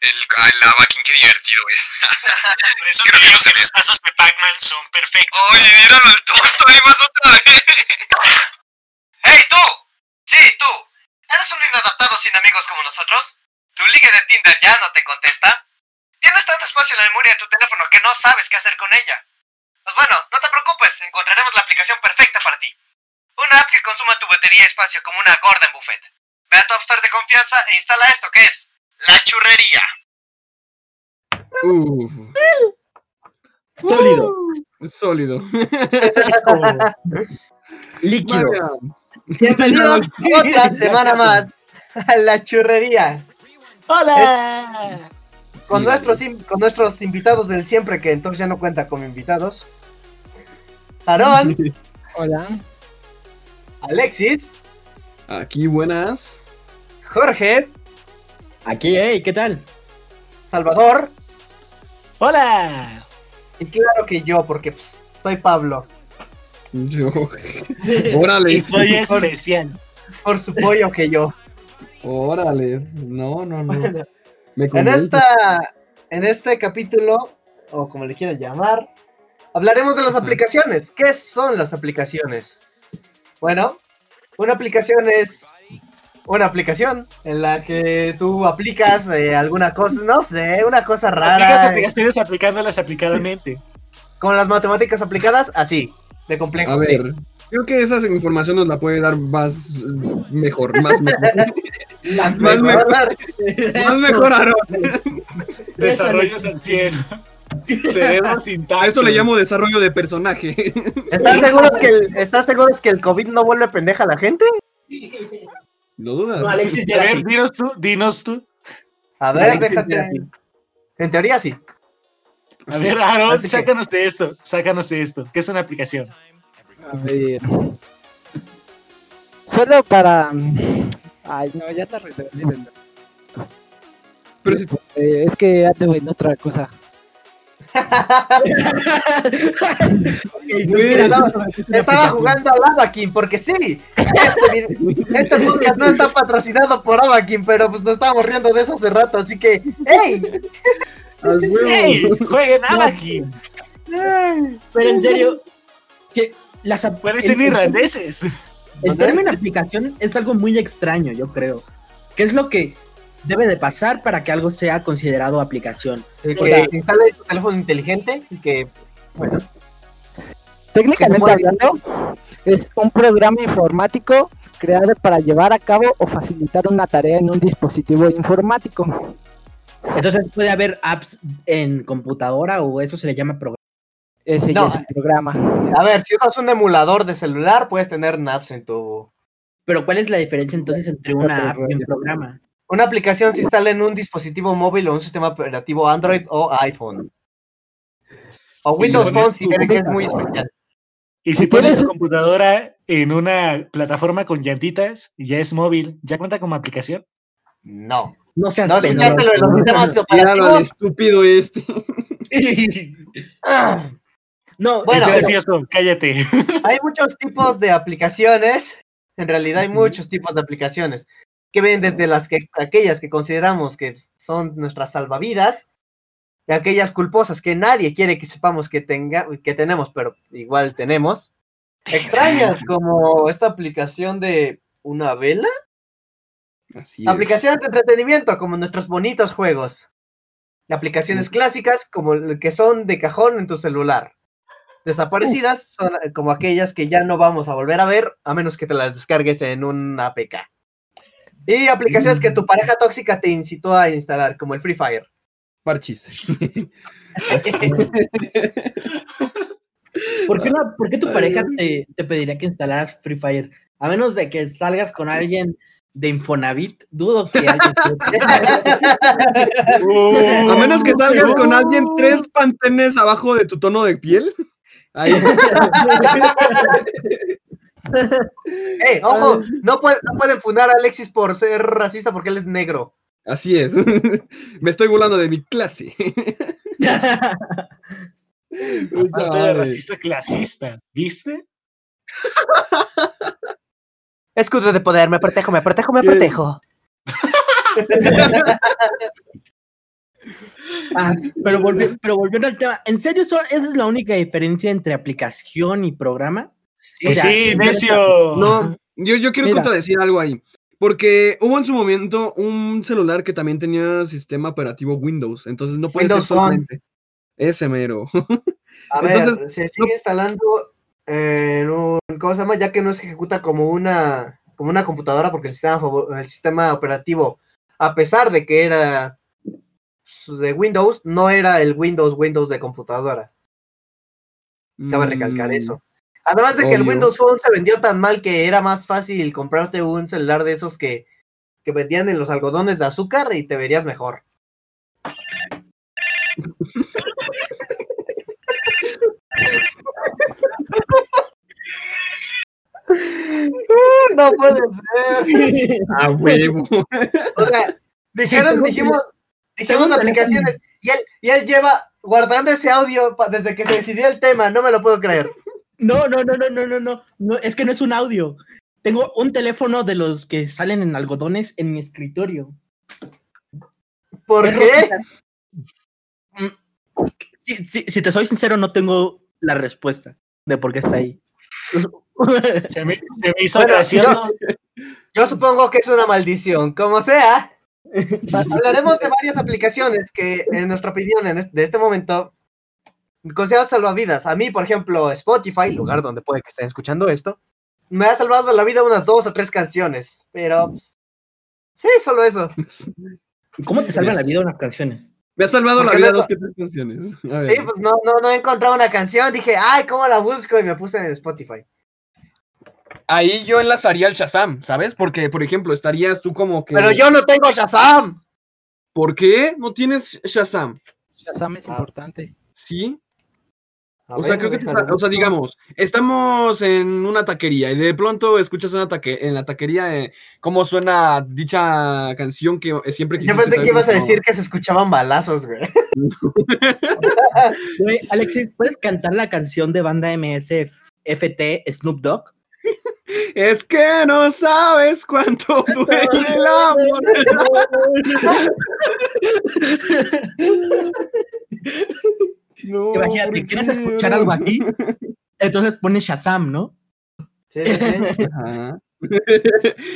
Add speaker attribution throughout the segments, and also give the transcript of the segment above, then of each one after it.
Speaker 1: El, ay, la máquina, qué divertido, güey.
Speaker 2: Por eso
Speaker 1: Creo
Speaker 2: te
Speaker 1: que
Speaker 2: digo
Speaker 1: no
Speaker 2: que
Speaker 1: sabía.
Speaker 2: los casos de Pac-Man son perfectos.
Speaker 1: Oye, míralo al tonto, ahí vas otra vez.
Speaker 3: ¡Hey tú! Sí, tú. ¿Eres un inadaptado sin amigos como nosotros? ¿Tu ligue de Tinder ya no te contesta? ¿Tienes tanto espacio en la memoria de tu teléfono que no sabes qué hacer con ella? Pues bueno, no te preocupes, encontraremos la aplicación perfecta para ti. Una app que consuma tu batería y espacio como una gorda en buffet. Ve a tu App Store de confianza e instala esto que es la churrería.
Speaker 4: Uf. Sólido,
Speaker 5: Uh.
Speaker 4: sólido.
Speaker 5: Líquido.
Speaker 4: Marian,
Speaker 5: Bienvenidos otra semana más a la churrería.
Speaker 6: ¡Hola!
Speaker 5: Con nuestros, in- con nuestros invitados del siempre, que entonces ya no cuenta como invitados. Aarón,
Speaker 6: Hola.
Speaker 5: Alexis,
Speaker 4: Aquí buenas.
Speaker 5: Jorge,
Speaker 6: Aquí, hey, ¿qué tal?
Speaker 5: Salvador
Speaker 6: ¡Hola!
Speaker 5: y claro que yo, porque pues, soy Pablo.
Speaker 4: Yo. Órale.
Speaker 6: especial.
Speaker 5: Por su pollo que yo.
Speaker 4: Órale. No, no, no. Me
Speaker 5: En
Speaker 4: convence.
Speaker 5: esta en este capítulo, o como le quieran llamar, hablaremos de las
Speaker 4: Ujú.
Speaker 5: aplicaciones. ¿Qué son las aplicaciones? Bueno, una aplicación es una aplicación en la que tú aplicas eh, alguna cosa, no sé, una cosa
Speaker 2: Aplicas
Speaker 5: rara, eh,
Speaker 2: aplicaciones aplicándolas aplicadamente.
Speaker 5: con las matemáticas aplicadas, así, de complejo.
Speaker 4: A
Speaker 5: sí.
Speaker 4: ver. Creo que esa información nos la puede dar más mejor, más mejor.
Speaker 5: Las
Speaker 4: más
Speaker 5: mejor-
Speaker 4: más mejor ah, Aarón.
Speaker 2: Desarrollos al 100. Cerebros
Speaker 4: A
Speaker 2: intactos.
Speaker 4: esto le llamo desarrollo de personaje.
Speaker 5: ¿Están seguros que el, ¿Estás seguros que el COVID no vuelve pendeja a la gente?
Speaker 4: ¿Lo dudas?
Speaker 6: No, Alexis ya
Speaker 2: A
Speaker 6: era
Speaker 2: ver,
Speaker 6: así.
Speaker 2: dinos tú, dinos tú.
Speaker 5: A ver, déjate. En teoría sí.
Speaker 2: A ver, Aaron,
Speaker 5: Así que-
Speaker 2: sácanos de esto, sácanos de esto. ¿Qué es una aplicación?
Speaker 6: A ver. Solo para.
Speaker 7: mm,
Speaker 6: Ay, no, ya te arruiné. olvídenlo.
Speaker 4: Pero si
Speaker 6: Eh, es que ando en otra cosa.
Speaker 4: Güey,
Speaker 5: Estaba, estaba jugando al Avakin, porque sí, este, vid- este podcast no está patrocinado por Avakin, pero pues nos estábamos riendo de eso hace rato, así que, ¡hey!
Speaker 4: al huevo.
Speaker 2: ¡Ey! ¡Jueguen Avakin!
Speaker 8: Pero en serio, che, las ap-
Speaker 2: Parecen
Speaker 8: el, el,
Speaker 2: irlandeses.
Speaker 8: el término aplicación es algo muy extraño, yo creo. ¿Qué es lo que debe de pasar para que algo sea considerado aplicación?
Speaker 5: Que instale tu teléfono inteligente y que, bueno,
Speaker 7: Técnicamente
Speaker 5: Que se
Speaker 7: hablando, es un programa informático creado para llevar a cabo o facilitar una tarea en un dispositivo informático.
Speaker 8: Entonces puede haber apps en computadora o eso se le llama programa.
Speaker 7: Ese
Speaker 5: No.
Speaker 7: ya es el programa.
Speaker 5: a ver, si usas un emulador de celular, puedes tener naps en tu...
Speaker 8: Pero ¿cuál es la diferencia entonces entre una app y un programa?
Speaker 5: Una aplicación se instala en un dispositivo móvil o un sistema operativo Android o iPhone. O Windows
Speaker 2: pones
Speaker 5: Phone, si
Speaker 2: tu-
Speaker 5: creen que es muy especial.
Speaker 2: Y si pones tu computadora en una plataforma con llantitas, ya es móvil, ya cuenta como aplicación.
Speaker 5: No.
Speaker 8: No seas
Speaker 5: ¿No
Speaker 8: pendejo.
Speaker 5: escuchaste lo de los sistemas
Speaker 4: Míralo al
Speaker 5: operativos?
Speaker 4: estúpido este.
Speaker 5: Ah.
Speaker 8: No,
Speaker 5: Bueno,
Speaker 2: es
Speaker 5: pero-
Speaker 2: gracioso, cállate.
Speaker 5: Hay muchos tipos de aplicaciones. En realidad hay muchos tipos de aplicaciones que ven desde las que aquellas que consideramos que son nuestras salvavidas y aquellas culposas que nadie quiere que sepamos que tenga que tenemos, pero igual tenemos. Extrañas como esta aplicación de una vela,
Speaker 4: Así
Speaker 5: aplicaciones de entretenimiento como nuestros bonitos juegos. Y Aplicaciones clásicas como el que son de cajón en tu celular. Desaparecidas son eh, como aquellas que ya no vamos a volver a ver a menos que te las descargues en un APK. Y aplicaciones que tu pareja tóxica te incitó a instalar, como el Free Fire.
Speaker 4: Parchis.
Speaker 8: ¿por, qué una- por qué tu pareja te, te pediría que instalaras Free Fire? A menos de que salgas con alguien de Infonavit, dudo que alguien...
Speaker 4: A menos que salgas con alguien tres pantenes abajo de tu tono de piel. Ahí.
Speaker 5: ¡Eh, ojo! No, puede- no pueden funar a Alexis por ser racista porque él es negro.
Speaker 4: Así es. Me estoy burlando de mi clase.
Speaker 2: Aparte de racista clasista, ¿viste?
Speaker 5: Escudo Eh, de poder, me protejo, me protejo, me
Speaker 4: ¿Qué?
Speaker 5: protejo.
Speaker 8: Ah, pero, volvi- pero volviendo al tema, ¿en serio eso- esa es la única diferencia entre aplicación y programa?
Speaker 2: Pues
Speaker 8: sea,
Speaker 2: sí,
Speaker 8: simplemente-
Speaker 2: necio.
Speaker 4: No, yo, yo quiero
Speaker 7: Mira.
Speaker 4: contradecir algo ahí. Porque hubo en su momento un celular que también tenía sistema operativo Windows. Entonces no puede ser
Speaker 5: Windows Phone.
Speaker 4: solamente. Ese mero.
Speaker 5: A ver,
Speaker 4: Entonces,
Speaker 5: se sigue instalando eh, en un, ¿cómo se llama? Ya que no se ejecuta como una, como una computadora porque el sistema, favor- el sistema operativo, a pesar de que era pues, de Windows, no era el Windows Windows de computadora. Cabe recalcar
Speaker 4: Mm,
Speaker 5: eso. Además de que el
Speaker 4: obvio.
Speaker 5: Windows Phone se vendió tan mal que era más fácil comprarte un celular de esos que, que vendían en los algodones de azúcar y te verías mejor. no puede ser.
Speaker 4: A Ah, huevo.
Speaker 5: O sea, dijeron,
Speaker 8: tengo-
Speaker 5: dijimos, dijimos
Speaker 8: tengo un
Speaker 5: aplicaciones y él, y él lleva guardando ese audio pa- desde que se decidió el tema, no me lo puedo creer.
Speaker 8: No, no, no, no, no, no, no, no, es que no es un audio. Tengo un teléfono de los que salen en algodones en mi escritorio.
Speaker 5: ¿Por
Speaker 8: Es
Speaker 5: qué?
Speaker 8: rojita. Mm, Si, si- si te soy sincero, no tengo la respuesta de por qué está ahí.
Speaker 2: Se me, se me hizo
Speaker 5: Bueno,
Speaker 2: gracioso.
Speaker 5: Yo supongo que es una maldición, como sea. Hablaremos de varias aplicaciones que, en nuestra opinión, en es- de este momento, consideran salvavidas. A mí, por ejemplo, Spotify, lugar donde puede que estén escuchando esto, me ha salvado la vida unas dos o tres canciones. Pero, pues, sí, solo eso.
Speaker 8: ¿Cómo te salvan la vida unas canciones?
Speaker 4: Me ha salvado la
Speaker 5: Porque
Speaker 4: vida
Speaker 5: luego-
Speaker 4: dos que tres canciones. A ver.
Speaker 5: Sí, pues no, no, no he encontrado una canción. Dije, ay, ¿cómo la busco? Y me puse en Spotify.
Speaker 4: Ahí yo enlazaría el Shazam, ¿sabes? Porque, por ejemplo, estarías tú como que.
Speaker 5: Pero yo no tengo Shazam.
Speaker 4: ¿Por qué no tienes Shazam?
Speaker 7: Shazam es
Speaker 5: Ah.
Speaker 7: importante.
Speaker 4: Sí.
Speaker 5: A
Speaker 4: O sea,
Speaker 5: ver,
Speaker 4: creo que te
Speaker 5: déjame
Speaker 4: sa- O sea,
Speaker 5: busco.
Speaker 4: digamos, estamos en una taquería y de pronto escuchas una taque en la taquería eh, cómo suena dicha canción que eh, siempre
Speaker 5: Yo
Speaker 4: quisiste
Speaker 5: pensé
Speaker 4: saber
Speaker 5: que ibas a
Speaker 4: cómo se
Speaker 5: decir que se escuchaban balazos, güey.
Speaker 8: Güey, Alexis, ¿puedes cantar la canción de banda MS FT Snoop Dogg?
Speaker 4: llamaba. Es que no sabes cuánto duele el amor. No,
Speaker 8: Imagínate,
Speaker 4: ¿por
Speaker 8: ¿quieres
Speaker 4: qué?
Speaker 8: escuchar algo así? Entonces pones Shazam, ¿no?
Speaker 5: Sí, sí, sí.
Speaker 4: Ajá.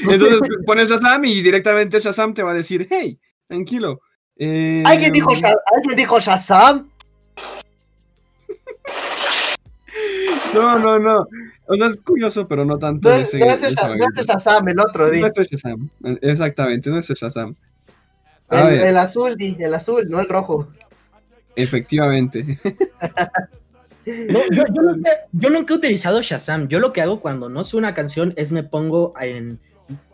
Speaker 4: Entonces pones Shazam y directamente Shazam te va a decir, hey, tranquilo. eh,
Speaker 5: ¿Alguien dijo, Sha- ¿Alguien dijo Shazam?
Speaker 4: No, no, no. O sea, es curioso, pero no tanto.
Speaker 5: No, es-
Speaker 4: ese-
Speaker 5: no es el
Speaker 4: esa
Speaker 5: Sha- no es el
Speaker 4: vagueza.
Speaker 5: Shazam, el otro, di.
Speaker 4: No es el Shazam. eh, Exactamente, no es el Shazam. A
Speaker 5: El,
Speaker 4: ver,
Speaker 5: el azul, di, el azul, no el rojo.
Speaker 4: efectivamente.
Speaker 8: No, yo, yo nunca, yo nunca he utilizado Shazam. Yo lo que hago cuando no sé una canción es me pongo en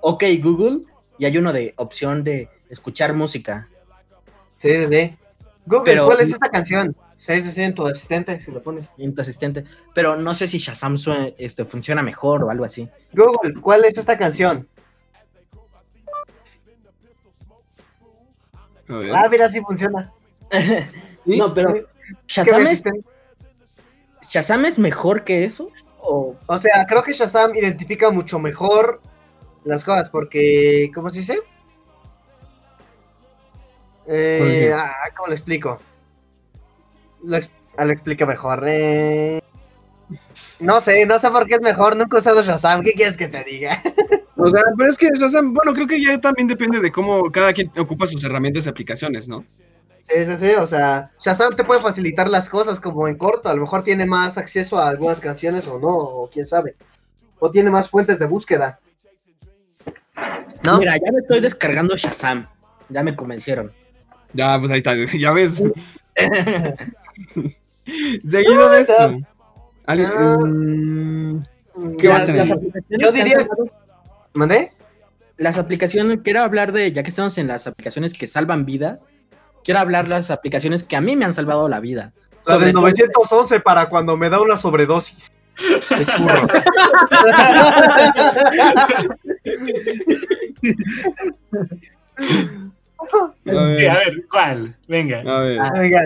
Speaker 8: OK Google y hay uno de opción de escuchar música.
Speaker 5: Sí, sí, sí. Google,
Speaker 8: Pero-
Speaker 5: ¿cuál es esta canción? Sí, sí, sí, en tu asistente, si lo pones.
Speaker 8: en tu asistente, pero no sé si Shazam sue- este, funciona mejor o algo así.
Speaker 5: Google, ¿cuál es esta canción?
Speaker 4: A ver.
Speaker 5: Ah, mira, sí funciona.
Speaker 4: Sí,
Speaker 8: no, pero-
Speaker 4: sí.
Speaker 5: ¿Qué
Speaker 8: ¿Shazam es,
Speaker 5: resisten-
Speaker 8: ¿Shazam es mejor que eso? ¿O
Speaker 5: O sea, creo que Shazam identifica mucho mejor las cosas, porque, ¿cómo se dice? Eh,
Speaker 4: ¿Por qué?
Speaker 5: ah, ¿Cómo lo explico? Lo, ex- ah, lo explica mejor. eh. No sé, no sé por qué es mejor. Nunca he usado Shazam. ¿Qué quieres que te diga?
Speaker 4: O sea, pero es que Shazam, bueno, creo que ya también depende de cómo cada quien ocupa sus herramientas y aplicaciones, ¿no?
Speaker 5: Sí, sí, sí, o sea, Shazam te puede facilitar las cosas como en corto, a lo mejor tiene más acceso a algunas canciones o no, o quién sabe. O tiene más fuentes de búsqueda. ¿No?
Speaker 8: mira, ya me estoy descargando Shazam. Ya me convencieron.
Speaker 4: Ya, pues ahí está, ya ves. Seguido de esto. Ale-
Speaker 5: Ah.
Speaker 4: mm, ¿Qué
Speaker 5: Ya,
Speaker 4: va a tener?
Speaker 8: las,
Speaker 5: las- Yo
Speaker 8: aplicaciones que han
Speaker 5: diría-
Speaker 8: salvado-
Speaker 5: ¿Mandé?
Speaker 8: las aplicaciones, quiero hablar de, ya que estamos en las aplicaciones que salvan vidas, quiero hablar de las aplicaciones que a mí me han salvado la vida.
Speaker 5: La
Speaker 8: Sobre
Speaker 5: del
Speaker 8: todo-
Speaker 5: 911 para cuando me da una sobredosis. De churro.
Speaker 4: A ver,
Speaker 2: Sí, a ver, ¿cuál? Venga.
Speaker 4: a ver.
Speaker 5: Oiga,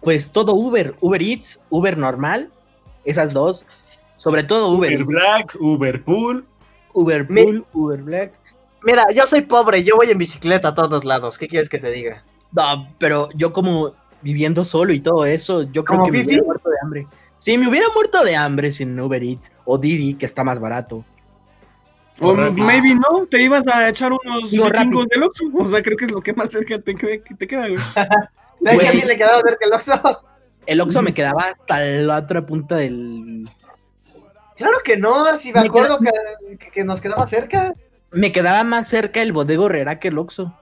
Speaker 8: pues todo Uber, Uber Eats, Uber normal, esas dos, sobre todo Uber,
Speaker 2: Uber Black, Uber Pool.
Speaker 8: Uber
Speaker 5: Me-
Speaker 8: Pool, Uber Black.
Speaker 5: mira, yo soy pobre, yo voy en bicicleta a todos lados. ¿Qué quieres que te diga?
Speaker 8: No, pero yo como viviendo solo y todo eso, yo creo
Speaker 5: ¿Como
Speaker 8: que me
Speaker 5: Fifi?
Speaker 8: hubiera muerto de hambre. Sí, me hubiera muerto de hambre sin Uber Eats o Didi, que está más barato.
Speaker 4: O
Speaker 2: Correcto.
Speaker 4: maybe no, te ibas a echar unos
Speaker 8: Digo,
Speaker 4: vikingos del Oxxo. O sea, creo que es lo que más cerca te, que- que te queda, güey.
Speaker 5: ¿No es que
Speaker 8: Güey.
Speaker 5: a alguien le quedaba cerca el Oxxo?
Speaker 8: El Oxxo me quedaba hasta la otra punta del...
Speaker 5: Claro que no, si me
Speaker 8: Me
Speaker 5: acuerdo que, que- que nos quedaba cerca.
Speaker 8: Me quedaba más cerca el Bodego Herrera que el Oxxo.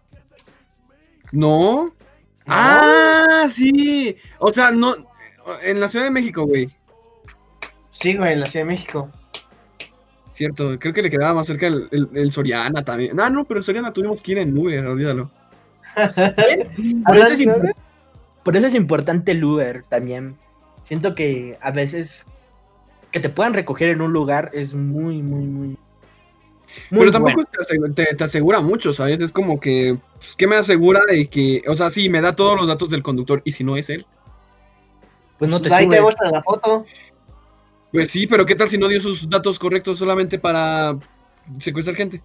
Speaker 4: No. Ah, sí. O sea, no. En la Ciudad de México, güey.
Speaker 5: Sí, güey, en la Ciudad de México.
Speaker 4: Cierto, creo que le quedaba más cerca el, el- el Soriana también. Ah, no, pero el Soriana tuvimos que ir en Uber, olvídalo.
Speaker 8: Por eso, es
Speaker 5: Hablando
Speaker 8: impor- por eso es importante el Uber también. Siento que a veces que te puedan recoger en un lugar es muy, muy, muy... muy
Speaker 4: pero tampoco
Speaker 8: bueno.
Speaker 4: te, asegu- te- te asegura mucho, ¿sabes? Es como que, pues, ¿qué me asegura de que, o sea, sí, me da todos los datos del conductor y si no es él?
Speaker 8: Pues no te
Speaker 5: Ahí
Speaker 8: sube.
Speaker 5: te muestra la foto.
Speaker 4: Pues sí, pero ¿qué tal si no dio sus datos correctos solamente para secuestrar gente?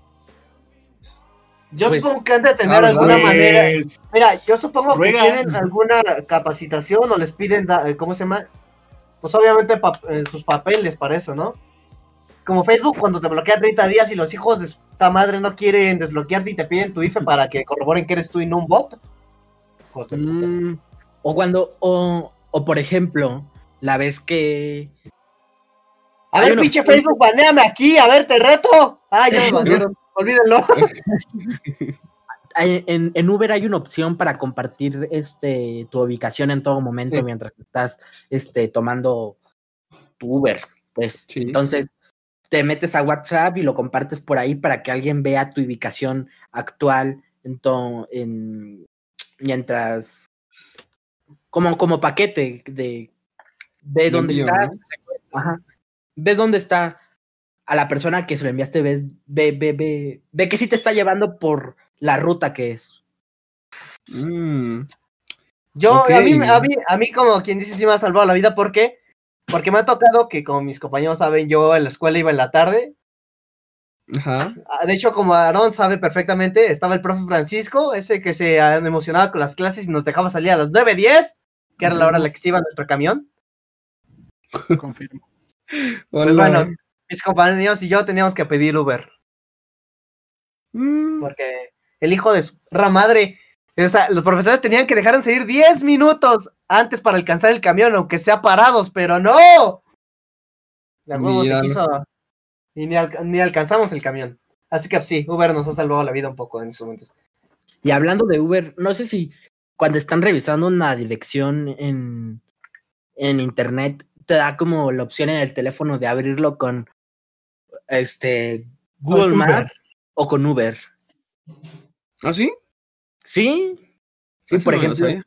Speaker 5: Yo
Speaker 8: Pues,
Speaker 5: supongo que han de tener
Speaker 4: ah,
Speaker 5: alguna
Speaker 2: Pues,
Speaker 5: manera. Mira, yo supongo
Speaker 2: ruega.
Speaker 5: que tienen alguna capacitación o les piden, da- eh, ¿cómo se llama? Pues obviamente pa- eh, sus papeles para eso, ¿no? Como Facebook cuando te bloquea 30 días y los hijos de esta madre no quieren desbloquearte y te piden tu IFE para que corroboren que eres tú y no un bot. Hijos de puta.
Speaker 4: Mm,
Speaker 8: O cuando, o, o por ejemplo, la vez que.
Speaker 5: A
Speaker 8: hay
Speaker 5: ver,
Speaker 8: uno-
Speaker 5: pinche Facebook, baneame aquí, a ver, te reto. Ah, ya me banearon, olvídenlo.
Speaker 8: hay- En, en Uber hay una opción para compartir este, tu ubicación en todo momento
Speaker 4: Sí.
Speaker 8: mientras estás este, tomando tu Uber. Pues
Speaker 4: Sí.
Speaker 8: entonces te metes a WhatsApp y lo compartes por ahí para que alguien vea tu ubicación actual en to- en, mientras. Como, como paquete de, de
Speaker 4: De
Speaker 8: dónde
Speaker 4: envío,
Speaker 8: estás,
Speaker 4: ¿no?
Speaker 8: Ajá. Ves dónde está a la persona que se lo enviaste, ves, ve, ve, ve, ve que sí te está llevando por la ruta que es.
Speaker 4: mm.
Speaker 5: Yo, a, mí,
Speaker 4: Ok.
Speaker 5: a, mí, a mí, como quien dice, sí me ha salvado la vida porque, porque me ha tocado que, como mis compañeros saben, yo en la escuela iba en la tarde.
Speaker 4: Ajá.
Speaker 5: Ah, De hecho, como Aarón sabe perfectamente, estaba el profe Francisco, ese que se ah, emocionaba con las clases y nos dejaba salir a las 9.10, que era la hora en la que se iba nuestro camión.
Speaker 6: confirmo.
Speaker 5: Pues
Speaker 4: Hola.
Speaker 5: bueno, mis compañeros y yo teníamos que pedir Uber.
Speaker 4: Mm,
Speaker 5: Porque el hijo de su ra madre. O sea, los profesores tenían que dejar de salir 10 minutos antes para alcanzar el camión, aunque sea parados, pero no. La huevo se
Speaker 4: Míralo.
Speaker 5: quiso. Y ni, alca- ni alcanzamos el camión. Así que pues, sí, Uber nos ha salvado la vida un poco en esos momentos.
Speaker 8: Y hablando de Uber, no sé si cuando están revisando una dirección en, en internet, te da como la opción en el teléfono de abrirlo con este Google
Speaker 2: Con Uber.
Speaker 8: Maps o con Uber.
Speaker 4: ¿Ah, sí?
Speaker 8: ¿Sí? Sí,
Speaker 4: Eso
Speaker 8: por
Speaker 4: no me lo
Speaker 8: ejemplo.
Speaker 4: sabía.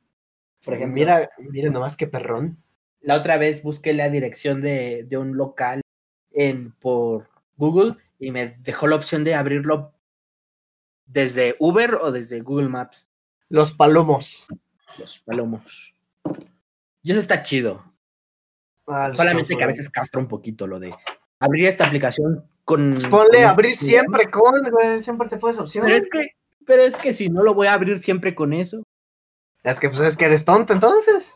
Speaker 5: Por ejemplo, mira, mira nomás qué perrón.
Speaker 8: la otra vez busqué la dirección de, de un local en, por Google y me dejó la opción de abrirlo desde Uber o desde Google Maps.
Speaker 5: Los palomos.
Speaker 8: Los palomos. Y eso está chido.
Speaker 5: Ah, los
Speaker 8: Solamente que a
Speaker 5: palomos.
Speaker 8: veces castra un poquito lo de abrir esta aplicación con.
Speaker 5: Pues Ponle
Speaker 8: con-
Speaker 5: abrir siempre con, güey, siempre te pones opción.
Speaker 8: Pero es que, pero es que si no lo voy a abrir siempre con eso.
Speaker 5: Es que pues es que eres tonto entonces.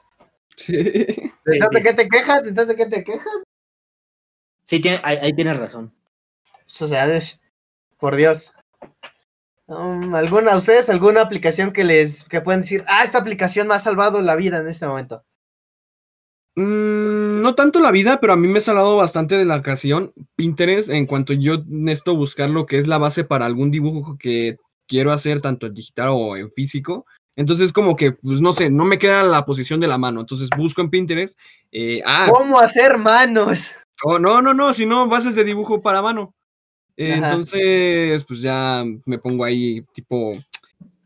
Speaker 4: Sí.
Speaker 8: eh,
Speaker 5: Entonces, ¿de qué te quejas? Entonces, ¿de qué te quejas?
Speaker 8: Sí, tiene- ahí, ahí tienes razón.
Speaker 5: Pues, O sea, es- por Dios. Um, ¿Alguna, ustedes, alguna aplicación que les que pueden decir, ah, esta aplicación me ha salvado la vida en este momento?
Speaker 4: Mm, no tanto la vida, pero a mí me ha salado bastante de la ocasión Pinterest en cuanto yo necesito buscar lo que es la base para algún dibujo que quiero hacer, tanto en digital o en físico. Entonces, como que, pues no sé, no me queda la posición de la mano. Entonces busco en Pinterest. eh, ah,
Speaker 5: ¿Cómo hacer manos?
Speaker 4: oh, no, no, no, si no, bases de dibujo para mano. Eh,
Speaker 5: Ajá.
Speaker 4: entonces, pues ya me pongo ahí, tipo,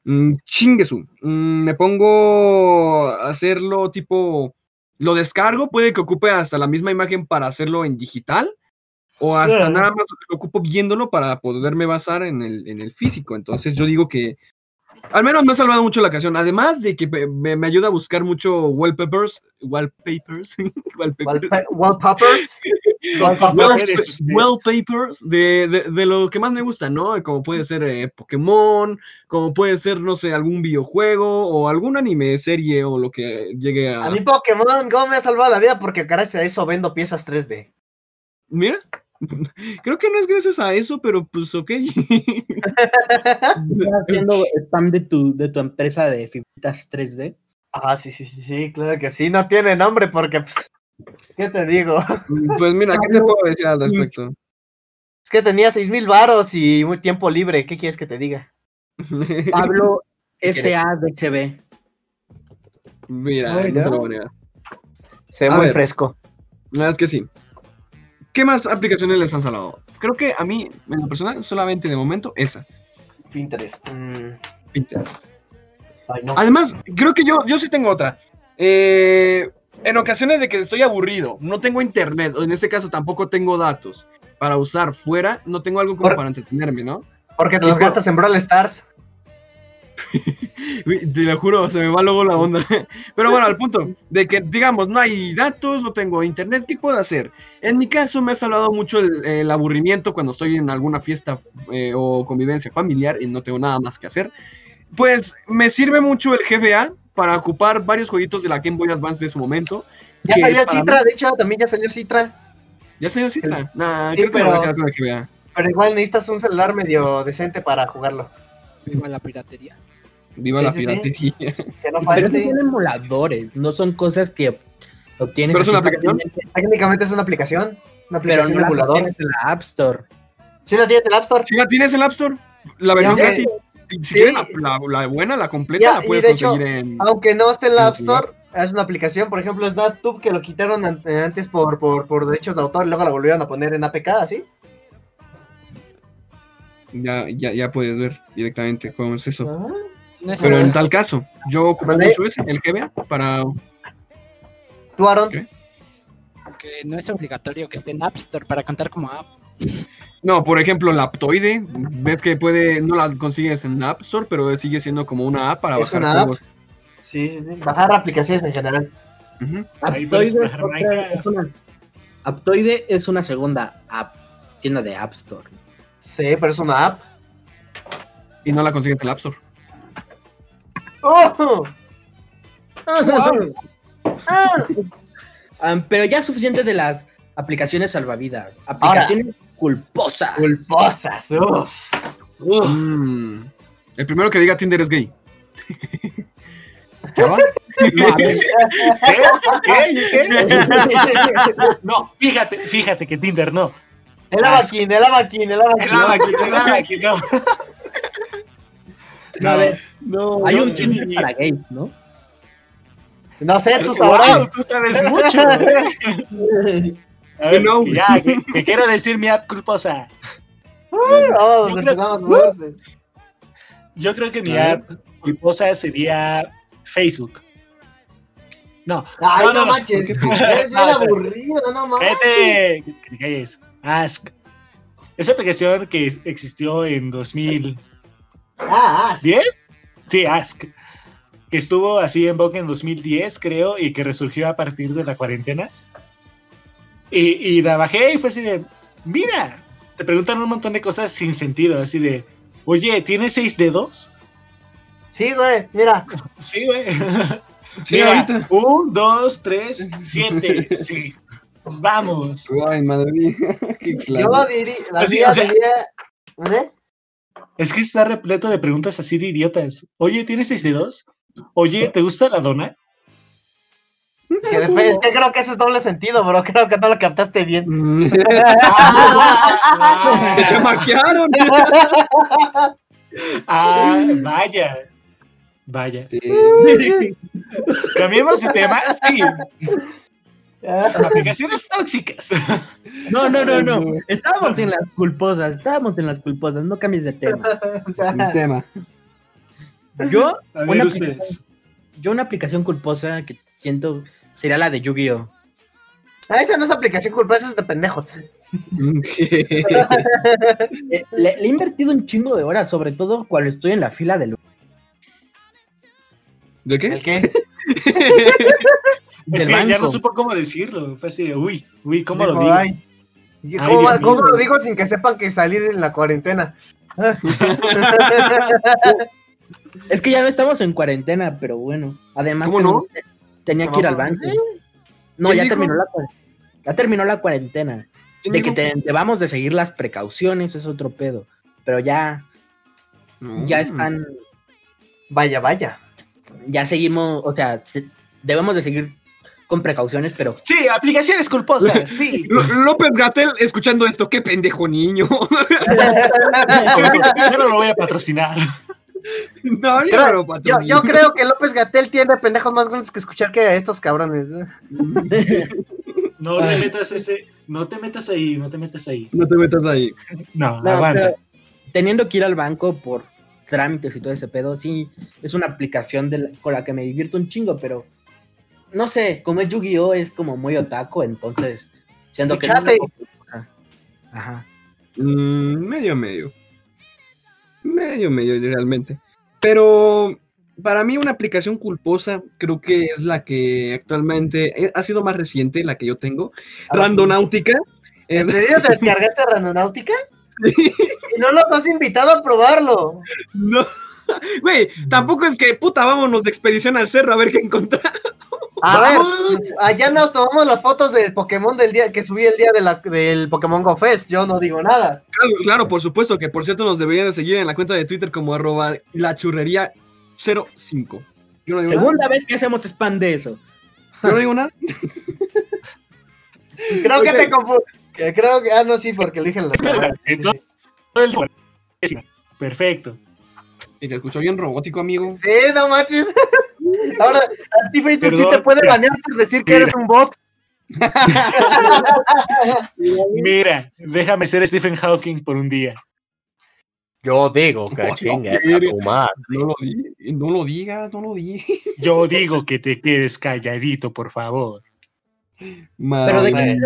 Speaker 4: mm, chinguesu. Mm, me pongo a hacerlo, tipo, lo descargo, puede que ocupe hasta la misma imagen para hacerlo en digital. O hasta
Speaker 2: Claro.
Speaker 4: nada más lo ocupo viéndolo para poderme basar en el, en el físico. Entonces yo digo que Al menos me ha salvado mucho la canción. Además de que pe- me, me ayuda a buscar mucho wallpapers. Wallpapers. wallpapers.
Speaker 5: Wallpa- Wallpapers.
Speaker 4: Wallpa-
Speaker 2: eres este usted.
Speaker 4: wallpapers de, de- de lo que más me gusta, ¿no? Como puede ser eh, Pokémon, como puede ser, no sé, algún videojuego o algún anime, serie o lo que llegue a.
Speaker 5: A mí Pokémon Go me ha salvado la vida porque gracias a eso vendo piezas 3D.
Speaker 4: Mira, creo que no es gracias a eso, pero pues ok.
Speaker 8: Estás haciendo spam de tu, de tu empresa de figuritas 3D.
Speaker 5: Ah, sí, sí, sí, sí, claro que sí. No tiene nombre porque, pues, ¿qué te digo?
Speaker 4: pues mira, ¿qué te puedo decir al respecto?
Speaker 5: Es que tenía 6000 varos y muy tiempo libre. ¿Qué quieres que te diga?
Speaker 8: Pablo
Speaker 5: ¿Qué quieres?
Speaker 8: SADCB.
Speaker 4: mira,
Speaker 5: Ah,
Speaker 4: no te
Speaker 5: mira.
Speaker 4: lo voy a negar.
Speaker 5: Se
Speaker 4: A
Speaker 5: ve muy
Speaker 4: ver.
Speaker 5: fresco.
Speaker 4: La verdad es que sí. ¿Qué más aplicaciones les han salado? Creo que a mí, en lo personal, solamente de momento, esa.
Speaker 5: Pinterest. Mm,
Speaker 4: Pinterest.
Speaker 5: ay, no.
Speaker 4: Además, creo que yo, yo sí tengo otra. Eh, en ocasiones de que estoy aburrido, no tengo internet, o en este caso tampoco tengo datos para usar fuera, no tengo algo como
Speaker 5: Por-
Speaker 4: para entretenerme, ¿no?
Speaker 5: Porque te los
Speaker 4: tipo-
Speaker 5: gastas en Brawl Stars.
Speaker 4: Uy, Te lo juro, se me va luego la onda. Pero bueno, al punto de que, digamos, no hay datos, no tengo internet, ¿qué puedo hacer? En mi caso me ha salvado mucho el, el aburrimiento cuando estoy en alguna fiesta eh, o convivencia familiar y no tengo nada más que hacer. Pues me sirve mucho el GBA para ocupar varios jueguitos de la Game Boy Advance de su momento.
Speaker 5: Ya
Speaker 4: que
Speaker 5: salió el
Speaker 4: para
Speaker 5: Citra, de hecho, también ya salió el Citra.
Speaker 4: mí- ¿Ya salió Citra? Nah,
Speaker 5: Sí,
Speaker 4: creo que me voy a
Speaker 5: pero-
Speaker 4: quedar con el GBA.
Speaker 5: Pero igual necesitas un celular medio decente para jugarlo.
Speaker 6: Viva la piratería.
Speaker 4: Viva
Speaker 5: Sí,
Speaker 4: la
Speaker 5: sí, sí.
Speaker 4: piratería.
Speaker 5: Que no
Speaker 8: Pero estos
Speaker 5: falte.
Speaker 8: son emuladores, no son cosas que obtienes
Speaker 4: Pero es una
Speaker 8: así
Speaker 4: aplicación.
Speaker 8: fácilmente,
Speaker 5: Técnicamente es una aplicación. Una
Speaker 8: pero
Speaker 5: aplicación
Speaker 8: no
Speaker 5: de
Speaker 8: la
Speaker 5: emulador.
Speaker 8: obtienes en la App Store.
Speaker 5: ¿Sí la tienes en App Store?
Speaker 4: Si la tienes en el App Store, la versión
Speaker 5: Ya sé.
Speaker 4: gratis. Si, si
Speaker 5: Sí.
Speaker 4: quieres la, la- la buena, la completa,
Speaker 5: Ya,
Speaker 4: la
Speaker 5: y
Speaker 4: puedes
Speaker 5: de hecho,
Speaker 4: conseguir en.
Speaker 5: Aunque no esté en la App
Speaker 4: Ujú.
Speaker 5: Store, es una aplicación. Por ejemplo, SnapTube, que lo quitaron an- eh, antes por, por, por derechos de autor y luego la volvieron a poner en APK, ¿así?
Speaker 4: Ya, ya, ya puedes ver directamente cómo es
Speaker 8: Ah.
Speaker 4: eso.
Speaker 5: Ajá.
Speaker 6: No es
Speaker 4: Pero en
Speaker 6: verdad.
Speaker 4: tal caso, yo ocupo
Speaker 5: Mandé-
Speaker 4: mucho ese, el GBA, para.
Speaker 5: ¿Tú, Aaron?
Speaker 4: ¿Qué?
Speaker 6: que no es obligatorio que esté en App Store para contar como "Ah, app.
Speaker 4: No, por ejemplo, Laptoide. Ves que puede. No la consigues en la App Store, pero sigue siendo como una app para
Speaker 5: Es
Speaker 4: bajar
Speaker 5: una app.
Speaker 4: juegos.
Speaker 5: Sí, sí, sí. Bajar aplicaciones en general.
Speaker 4: Ujú.
Speaker 2: Ahí puedes
Speaker 8: Aptoide es
Speaker 2: bajar
Speaker 8: otra-
Speaker 2: Minecraft.
Speaker 8: es una- Aptoide es una segunda app, tienda de App Store.
Speaker 5: Sí, pero es una app.
Speaker 4: Y no la consigues en la App Store.
Speaker 5: ¡Oh! ¡Ah!
Speaker 8: Ah, pero ya suficiente de las aplicaciones salvavidas, aplicaciones culposas.
Speaker 5: Culposas. uf.
Speaker 4: Mm. El primero que diga Tinder es gay. Chava,
Speaker 2: ¿Qué? ¿Qué? ¿Qué? No, fíjate, fíjate que Tinder no.
Speaker 5: El
Speaker 2: Ah,
Speaker 5: abaquín, el abaquín, el abaquín.
Speaker 2: El abaquí, el abaquí, no.
Speaker 8: No, a ver,
Speaker 4: No,
Speaker 8: hay
Speaker 2: no,
Speaker 8: un
Speaker 2: no,
Speaker 8: Tinder
Speaker 2: no.
Speaker 8: para gays, ¿no?
Speaker 5: No sé, tú
Speaker 2: Wow,
Speaker 5: sabrás.
Speaker 2: tú sabes mucho. A ver,
Speaker 4: No.
Speaker 2: que ya, que, que quiero decir mi app culposa.
Speaker 5: Vamos,
Speaker 2: Yo creo-
Speaker 5: empezamos fuerte.
Speaker 2: Yo creo que mi
Speaker 4: A
Speaker 2: app culposa sería Facebook.
Speaker 5: Ay,
Speaker 2: No,
Speaker 5: no,
Speaker 2: no, no.
Speaker 5: manches. Es bien
Speaker 2: No, espera.
Speaker 5: aburrido, no manches.
Speaker 2: Cállate, que te calles. Ask. Esa aplicación que existió en 2010.
Speaker 5: Ah, ah, sí.
Speaker 2: Sí, Ask. Que estuvo así en boca en 2010, creo, y que resurgió a partir de la cuarentena. Y, y la bajé y fue así de, mira, te preguntan un montón de cosas sin sentido, así de, oye, ¿tienes seis dedos?
Speaker 5: Sí, güey, mira.
Speaker 2: Sí, güey.
Speaker 4: sí,
Speaker 2: Mira,
Speaker 4: ahorita.
Speaker 2: Un, dos, tres, siete. Sí. Vamos.
Speaker 4: Ay, madre mía. Qué claro.
Speaker 5: Yo diría, la
Speaker 2: Así,
Speaker 5: mía
Speaker 2: o sea-
Speaker 5: diría- ¿eh? ¿Mande?
Speaker 2: Es que está repleto de preguntas así de idiotas. Oye, ¿tienes seis dedos? Oye, ¿te gusta la dona?
Speaker 5: Que depende, es que creo que ese es doble sentido, bro. Creo que no lo captaste bien.
Speaker 4: Mm.
Speaker 2: Ah,
Speaker 4: ¡Te chamaquearon!
Speaker 2: ah, vaya. Vaya. ¿Cambiemos de tema? Sí.
Speaker 5: Ah,
Speaker 2: Aplicaciones tóxicas.
Speaker 8: No, no, no, no. Estábamos en las culposas, estábamos en las culposas, no cambies de tema.
Speaker 5: O sea,
Speaker 4: El tema.
Speaker 8: Yo,
Speaker 2: A ver,
Speaker 8: Una
Speaker 2: ustedes.
Speaker 8: yo una aplicación culposa que siento sería la de Yu-Gi-Oh!
Speaker 5: ah, esa no es aplicación culposa, eso es de pendejos.
Speaker 8: Eh, le, le he invertido un chingo de horas, sobre todo cuando estoy en la fila del
Speaker 4: ¿De qué?
Speaker 5: ¿El qué?
Speaker 2: Es
Speaker 8: Del
Speaker 2: que ya
Speaker 8: banco.
Speaker 2: no supo cómo decirlo. Fue así de, uy, uy, ¿cómo lo
Speaker 5: Dijo,
Speaker 2: digo?
Speaker 5: "Ay, ¿y
Speaker 2: Ay,
Speaker 5: ¿Cómo,
Speaker 2: Dios
Speaker 5: cómo
Speaker 2: mío".
Speaker 5: lo digo sin que sepan que salí de la cuarentena?
Speaker 8: Es que ya no estamos en cuarentena, pero bueno. Además,
Speaker 4: ¿Cómo no?
Speaker 8: ten- tenía que ir al banco. No,
Speaker 4: ¿Quién
Speaker 8: ya
Speaker 4: dijo?
Speaker 8: terminó, la, cua- ya terminó la cuarentena.
Speaker 4: ¿Quién
Speaker 8: De que
Speaker 4: dijo?
Speaker 8: te- debamos de seguir las precauciones, es otro pedo. Pero ya,
Speaker 4: No.
Speaker 8: ya están,
Speaker 5: Vaya, vaya.
Speaker 8: ya seguimos, o sea, se- debemos de seguir con precauciones, pero
Speaker 2: Sí, aplicaciones culposas, sí.
Speaker 4: Ló- López Gatel escuchando esto, qué pendejo niño.
Speaker 2: Yo no lo voy a patrocinar.
Speaker 4: no, yo
Speaker 5: Pero
Speaker 4: no lo
Speaker 5: Yo,
Speaker 4: patrocino.
Speaker 5: yo creo que López Gatel tiene pendejos más grandes que escuchar que a estos cabrones. ¿eh?
Speaker 2: No te
Speaker 8: Ay.
Speaker 2: metas ese, no te metas ahí, no te metas ahí.
Speaker 4: No te metas ahí.
Speaker 2: No,
Speaker 8: No,
Speaker 2: aguanta.
Speaker 8: pero teniendo que ir al banco por trámites y todo ese pedo, sí, es una aplicación de la- con la que me divierto un chingo, pero no sé, como es Yu-Gi-Oh! es como muy otaco, entonces siento que...
Speaker 5: Chate.
Speaker 8: Ajá.
Speaker 4: Mm, medio, medio. Medio, medio, realmente. Pero para mí una aplicación culposa creo que es la que actualmente eh, ha sido más reciente, la que yo tengo. Randonáutica. Eh,
Speaker 5: ¿En serio te descargaste Randonáutica?
Speaker 4: Sí.
Speaker 5: Y no los has invitado a probarlo.
Speaker 4: no. Güey, tampoco es que puta, vámonos de expedición al cerro a ver qué encontramos.
Speaker 5: A ver, allá nos tomamos las fotos del Pokémon del día que subí el día de la- del Pokémon Go Fest. Yo no digo nada.
Speaker 4: Claro, claro, por supuesto, que por cierto nos deberían de seguir en la cuenta de Twitter como arroba la churrería 05. Yo no digo nada,
Speaker 8: Segunda vez que hacemos spam de eso.
Speaker 4: yo no digo nada.
Speaker 5: Creo que
Speaker 4: Ok.
Speaker 5: te confundí. Creo que. Ah, no, sí, porque eligen las palabras. Sí, sí,
Speaker 2: Todo el tiempo. Perfecto.
Speaker 4: Y te escuchó bien robótico, amigo.
Speaker 5: sí. Sí, no manches. Ahora, a ti Facebook sí
Speaker 2: Perdón,
Speaker 5: te puede
Speaker 2: mira,
Speaker 5: banear por decir que
Speaker 2: mira.
Speaker 5: eres un bot.
Speaker 2: Mira, déjame ser Stephen Hawking por un día.
Speaker 9: Yo digo que
Speaker 4: Hola,
Speaker 9: chingas a
Speaker 4: verga.
Speaker 9: tu madre.
Speaker 4: No lo, di- no lo digas, no lo digas.
Speaker 2: Yo digo que te quedes calladito, por favor.
Speaker 8: Pero de
Speaker 4: Madre.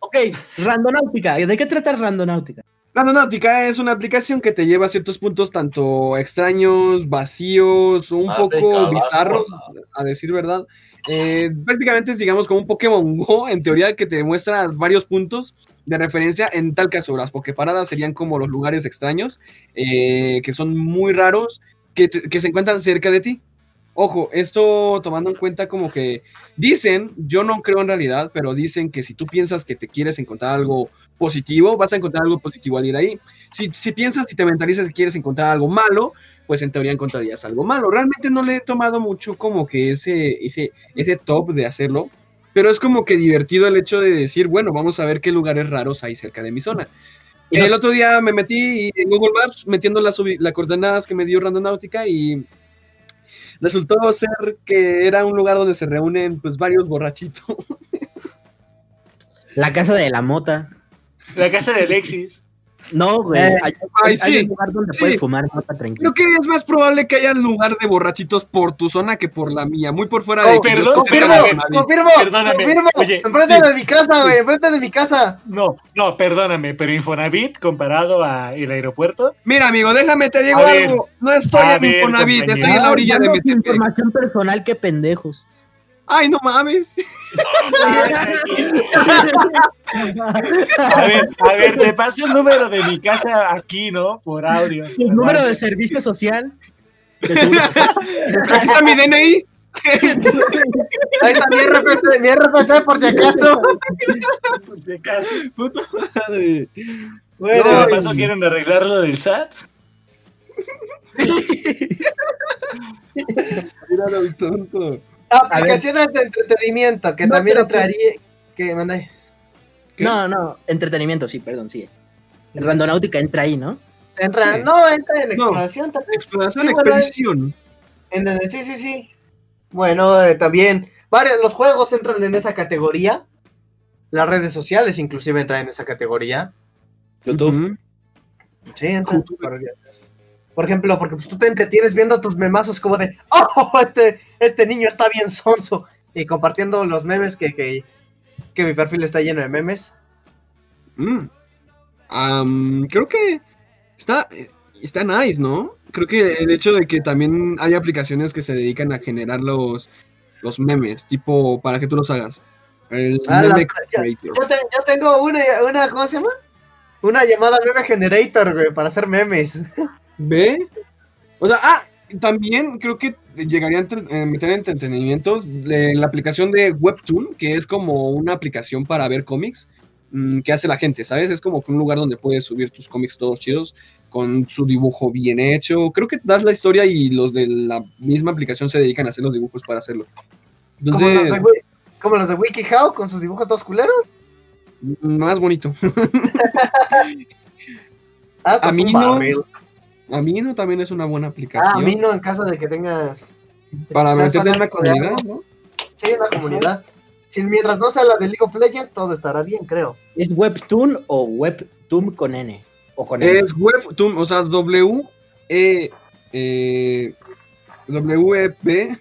Speaker 8: Ok, Randonáutica, ¿de qué trata Randonáutica?
Speaker 4: Randonáutica es una aplicación que te lleva a ciertos puntos tanto extraños, vacíos, un
Speaker 9: Madre
Speaker 4: poco
Speaker 9: calabola.
Speaker 4: bizarros, a decir verdad. Eh, prácticamente es, digamos, como un Pokémon Go, en teoría, que te muestra varios puntos de referencia. En tal caso, las Poképaradas serían como los lugares extraños, eh, que son muy raros, que, te- que se encuentran cerca de ti. Ojo, esto tomando en cuenta como que dicen, yo no creo en realidad, pero dicen que si tú piensas que te quieres encontrar algo positivo, vas a encontrar algo positivo al ir ahí. Si, si piensas, si te mentalizas que quieres encontrar algo malo, pues en teoría encontrarías algo malo. Realmente no le he tomado mucho como que ese, ese, ese top de hacerlo, pero es como que divertido el hecho de decir, bueno, vamos a ver qué lugares raros hay cerca de mi zona.
Speaker 8: Y no-
Speaker 4: El otro día me metí en Google Maps metiendo las, ubi- las coordenadas que me dio Randonáutica y resultó ser que era un lugar donde se reúnen pues varios borrachitos.
Speaker 8: La casa de la mota.
Speaker 2: La casa de Alexis.
Speaker 8: No, güey.
Speaker 5: Eh,
Speaker 8: hay,
Speaker 4: ay,
Speaker 8: hay
Speaker 4: sí,
Speaker 8: un lugar donde
Speaker 4: sí.
Speaker 8: puedes fumar mota tranquilo.
Speaker 4: Creo que es más probable que haya lugar de borrachitos por tu zona que por la mía, muy por fuera
Speaker 5: Oh,
Speaker 4: de... que yo
Speaker 2: perdón,
Speaker 4: esté
Speaker 5: Confirmo,
Speaker 4: cerca de
Speaker 2: perdón,
Speaker 4: Navi.
Speaker 5: confirmo,
Speaker 2: Perdóname.
Speaker 5: confirmo.
Speaker 2: Oye,
Speaker 5: enfrente
Speaker 2: sí.
Speaker 5: de mi casa, güey, enfrente de mi casa.
Speaker 2: No, no, perdóname, pero Infonavit comparado a el aeropuerto.
Speaker 4: Mira, amigo, déjame, te digo
Speaker 2: A ver,
Speaker 4: algo. no estoy
Speaker 2: a
Speaker 4: en
Speaker 2: ver,
Speaker 4: Infonavit,
Speaker 2: compañero.
Speaker 4: estoy en la
Speaker 8: Ay,
Speaker 4: orilla de
Speaker 8: danos
Speaker 4: Metepec.
Speaker 8: Ah, Información personal, qué pendejos.
Speaker 4: Ay, no mames.
Speaker 2: A ver, a ver, te paso el número de mi casa aquí, ¿no? Por audio.
Speaker 8: El número de servicio social.
Speaker 4: Aquí está mi DNI.
Speaker 5: Ahí está mi RPC, mi RPC por si acaso.
Speaker 2: Por si acaso.
Speaker 4: Puta madre.
Speaker 2: Pero
Speaker 4: No,
Speaker 2: de paso quieren arreglar lo del SAT.
Speaker 4: Mira lo tonto.
Speaker 5: Aplicaciones de entretenimiento que
Speaker 8: No,
Speaker 5: también
Speaker 8: pero-
Speaker 5: entraría. Que mandé.
Speaker 4: ¿Qué?
Speaker 8: No, no, entretenimiento, sí, perdón, sí. Randonáutica entra ahí, ¿no?
Speaker 5: Entra,
Speaker 4: Sí.
Speaker 5: no, entra en
Speaker 4: No.
Speaker 5: exploración tal vez.
Speaker 4: Exploración,
Speaker 5: Sí, bueno,
Speaker 4: expedición.
Speaker 5: en- en- sí, sí, sí. Bueno, eh, también. Varios, los juegos entran en esa categoría. Las redes sociales inclusive entran en esa categoría.
Speaker 4: Ujú.
Speaker 5: Sí, entran. Por, por ejemplo, porque pues, tú te entretienes viendo tus memazos como de, ¡oh, este, este niño está bien sonso! Y compartiendo los memes que, que, que mi perfil está lleno de memes.
Speaker 4: Mm. Am, creo que está. Está nice, ¿no? Creo que el hecho de que también hay aplicaciones que se dedican a generar los, los memes, tipo para que tú los hagas. El
Speaker 5: Ah, la-
Speaker 4: meme creator.
Speaker 5: Yo, te- yo tengo una, una, ¿cómo se llama? Una llamada meme generator, güey, para hacer memes.
Speaker 4: ¿Ve? O sea, ah, también creo que llegaría a entre- eh, meter entretenimientos le- la aplicación de Webtoon, que es como una aplicación para ver cómics mm, que hace la gente, ¿sabes? Es como que un lugar donde puedes subir tus cómics todos chidos con su dibujo bien hecho. Creo que das la historia y los de la misma aplicación se dedican a hacer los dibujos para hacerlo.
Speaker 5: Como los,
Speaker 4: Entonces,
Speaker 5: de, Wi- como los de WikiHow con sus dibujos todos culeros.
Speaker 4: más bonito.
Speaker 5: Hasta
Speaker 4: A mí
Speaker 5: un
Speaker 4: no.
Speaker 5: barril.
Speaker 4: Amino también es una buena
Speaker 5: Ah,
Speaker 4: aplicación
Speaker 5: a mí no, en caso de que tengas. de que
Speaker 4: para
Speaker 5: seas
Speaker 4: meterte en la
Speaker 5: fanático de algo.
Speaker 4: comunidad, ¿no?
Speaker 5: Sí, en la comunidad. Si mientras no sea la de League of Legends, todo estará bien, creo.
Speaker 8: ¿Es Webtoon o Webtoon con N? O con N.
Speaker 4: Es Webtoon, o sea, W E eh, W E P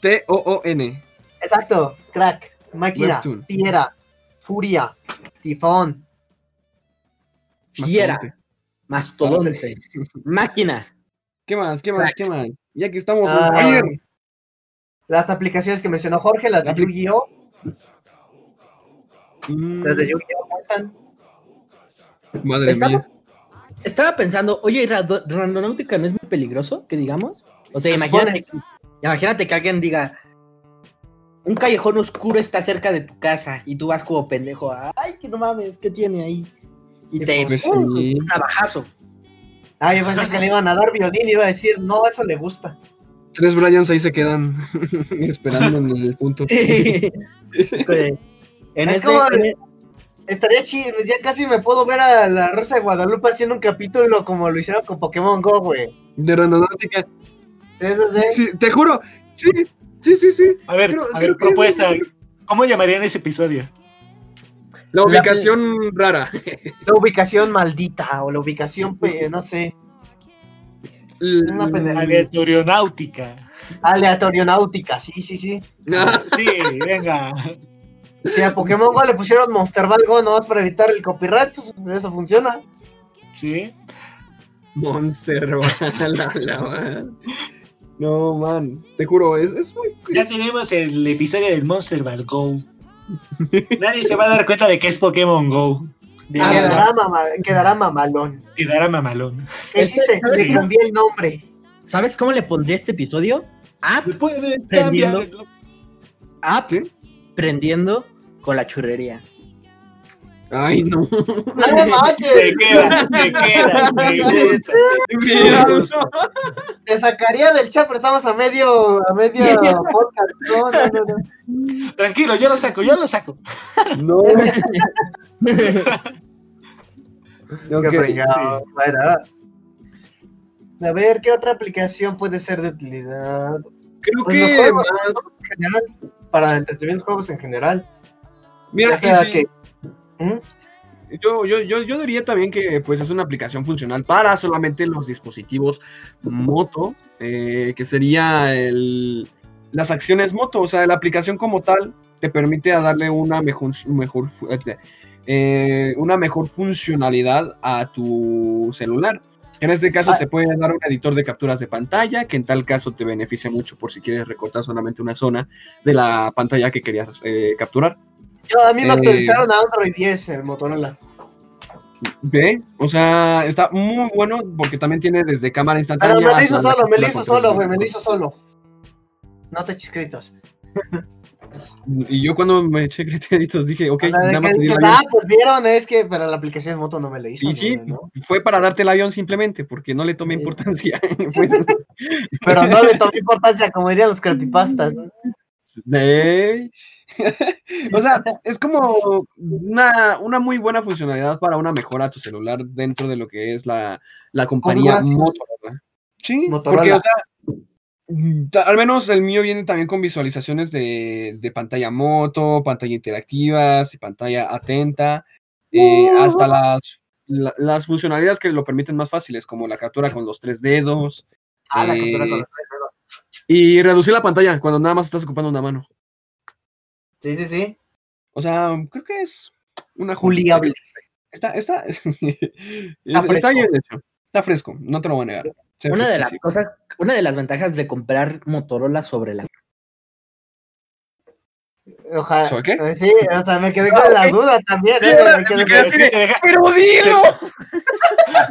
Speaker 4: T O O N.
Speaker 5: Exacto, crack, máquina,
Speaker 4: Webtoon.
Speaker 5: fiera, furia, tifón.
Speaker 8: Fiera,
Speaker 4: Mastodonte.
Speaker 8: mastodonte, máquina.
Speaker 4: ¿Qué más? ¿Qué más? ¿Qué más? Ya que estamos on
Speaker 5: Ah,
Speaker 4: fire.
Speaker 5: Las aplicaciones que mencionó Jorge, las de
Speaker 4: La apli-
Speaker 5: Yu-Gi-Oh!
Speaker 4: Mm,
Speaker 5: Las de Yu-Gi-Oh! cuentan.
Speaker 4: madre
Speaker 8: Estamos-
Speaker 4: mía.
Speaker 8: Estaba pensando, oye, Rado- Randonáutica no es muy peligroso, que digamos. O sea,
Speaker 5: Se
Speaker 8: imagínate, imagínate que alguien diga, un callejón oscuro está cerca de tu casa y tú vas como pendejo, ay, que no mames, ¿qué tiene ahí? Y
Speaker 5: Qué
Speaker 8: te
Speaker 4: Pues
Speaker 8: ¡pum!
Speaker 4: sí.
Speaker 8: un navajazo.
Speaker 5: Ah, yo pensé que le iban a dar violín y iba a decir, no, eso le gusta.
Speaker 4: Tres Bryans ahí se quedan esperando en el punto.
Speaker 8: en
Speaker 5: Es
Speaker 8: ese-
Speaker 5: como de- Estaría chido, pues, ya casi me puedo ver a la Rosa de Guadalupe haciendo un capítulo como lo hicieron con Pokémon Go, güey.
Speaker 4: De randonáutica.
Speaker 5: Sí, sí, sí.
Speaker 4: Sí, te juro. Sí, sí, sí, sí.
Speaker 2: A ver,
Speaker 4: Creo-
Speaker 2: a
Speaker 4: creo
Speaker 2: ver,
Speaker 4: que-
Speaker 2: propuesta. ¿Cómo llamarían ese episodio?
Speaker 4: La ubicación rara.
Speaker 5: La ubicación maldita o la ubicación, pe- no sé, Una pendeja.
Speaker 2: Aleatorionáutica.
Speaker 5: aleatorio náutica, sí, sí, sí.
Speaker 4: Ah,
Speaker 2: Sí, venga.
Speaker 5: Si a Pokémon Go le pusieron Monster Ball Go nomás para evitar el copyright, pues eso funciona.
Speaker 2: Sí.
Speaker 4: Monster. la- la- No, man. Te juro, es, es muy.
Speaker 2: Ya tenemos el episodio del Monster Ball Go. Nadie se va a dar cuenta de que es Pokémon Go. De
Speaker 8: Ah,
Speaker 2: verdad,
Speaker 5: quedará, mama- quedará mamalón.
Speaker 2: te dará mamalón.
Speaker 5: ¿Qué hiciste?
Speaker 8: ¿sabes
Speaker 5: Le
Speaker 2: cómo?
Speaker 5: cambié el nombre.
Speaker 8: ¿Sabes cómo le pondría este episodio? App,
Speaker 2: Puedes
Speaker 8: Prendiendo.
Speaker 2: cambiarlo.
Speaker 8: app,
Speaker 4: ¿Qué?
Speaker 8: prendiendo con la churrería.
Speaker 4: Ay, no.
Speaker 5: No manches,
Speaker 2: Se queda, se queda. Me gusta. Me gusta.
Speaker 5: Te sacaría del chat, pero estamos a medio, a medio podcast. No, no, no, no.
Speaker 2: Tranquilo, yo lo saco, yo lo saco.
Speaker 4: No.
Speaker 5: Qué
Speaker 4: Ok,
Speaker 5: fregado, bueno. A ver, ¿qué otra aplicación puede ser de utilidad?
Speaker 4: Creo
Speaker 5: Pues los
Speaker 4: que
Speaker 5: juegos,
Speaker 4: más.
Speaker 5: En general, para entretenimiento, juegos en general.
Speaker 4: Mira,
Speaker 5: O sea
Speaker 4: y si-
Speaker 5: que, ¿Mm?
Speaker 4: yo, yo, yo, yo diría también que pues es una aplicación funcional para solamente los dispositivos moto, eh, que sería el- las acciones moto, o sea, la aplicación como tal te permite a darle una mejor, mejor fu- eh, una mejor funcionalidad a tu celular. En este caso
Speaker 5: Ah.
Speaker 4: te puede dar un editor de capturas de pantalla, que en tal caso te beneficia mucho por si quieres recortar solamente una zona de la pantalla que querías eh, capturar.
Speaker 5: yo- a mí me
Speaker 4: Eh.
Speaker 5: actualizaron a Android 10 el Motorola.
Speaker 4: Ve, o sea, está muy bueno porque también tiene desde cámara instantánea.
Speaker 5: Pero me lo hizo
Speaker 4: hasta la
Speaker 5: solo, me lo
Speaker 4: captura
Speaker 5: hizo
Speaker 4: con
Speaker 5: solo,
Speaker 4: tres
Speaker 5: güey, me lo hizo
Speaker 4: minutos.
Speaker 5: solo. No te chiscritos.
Speaker 4: Y yo cuando me eché créditos dije, ok,
Speaker 5: O sea, de
Speaker 4: nada más
Speaker 5: que
Speaker 4: te di el
Speaker 5: dices,
Speaker 4: avión.
Speaker 5: ah, pues vieron, es que, pero la aplicación moto no me lo hizo.
Speaker 4: Y sí,
Speaker 5: güey, ¿no?
Speaker 4: fue para darte el avión simplemente, porque no le tomé
Speaker 5: "Ah". Sí.
Speaker 4: importancia. Pues,
Speaker 5: Pero no le tomé importancia, como dirían los creepypastas. ¿no?
Speaker 4: ey. o sea, es como una, una muy buena funcionalidad para una mejora a tu celular dentro de lo que es la, la compañía
Speaker 5: Configuración.
Speaker 4: Motorola. Sí,
Speaker 5: Motorola.
Speaker 4: porque, o sea, Mm, ta- Al menos el mío viene también con visualizaciones de, de pantalla moto, pantalla interactivas, y pantalla atenta, eh,
Speaker 5: Uh.
Speaker 4: hasta las, la- las funcionalidades que lo permiten más fáciles, como la captura con los tres dedos
Speaker 5: Ah, la
Speaker 4: Eh,
Speaker 5: captura con los tres dedos.
Speaker 4: y reducir la pantalla cuando nada más estás ocupando una mano.
Speaker 5: Sí, sí, sí.
Speaker 4: O sea, mm, creo que es una joyita.
Speaker 5: Juliable.
Speaker 4: Está, está, es-
Speaker 5: fresco.
Speaker 4: está bien hecho. Está fresco, no te lo voy a negar. Está
Speaker 8: Una de las
Speaker 4: fresquísimo.
Speaker 8: cosas, una de las ventajas de comprar Motorola sobre la
Speaker 5: Ojalá.
Speaker 4: ¿Sobre qué?
Speaker 5: Eh, Sí, o sea, me quedé con la duda también. ¿eh? Me quedé-
Speaker 2: Pero sí te deja-
Speaker 9: ¡Pero dilo!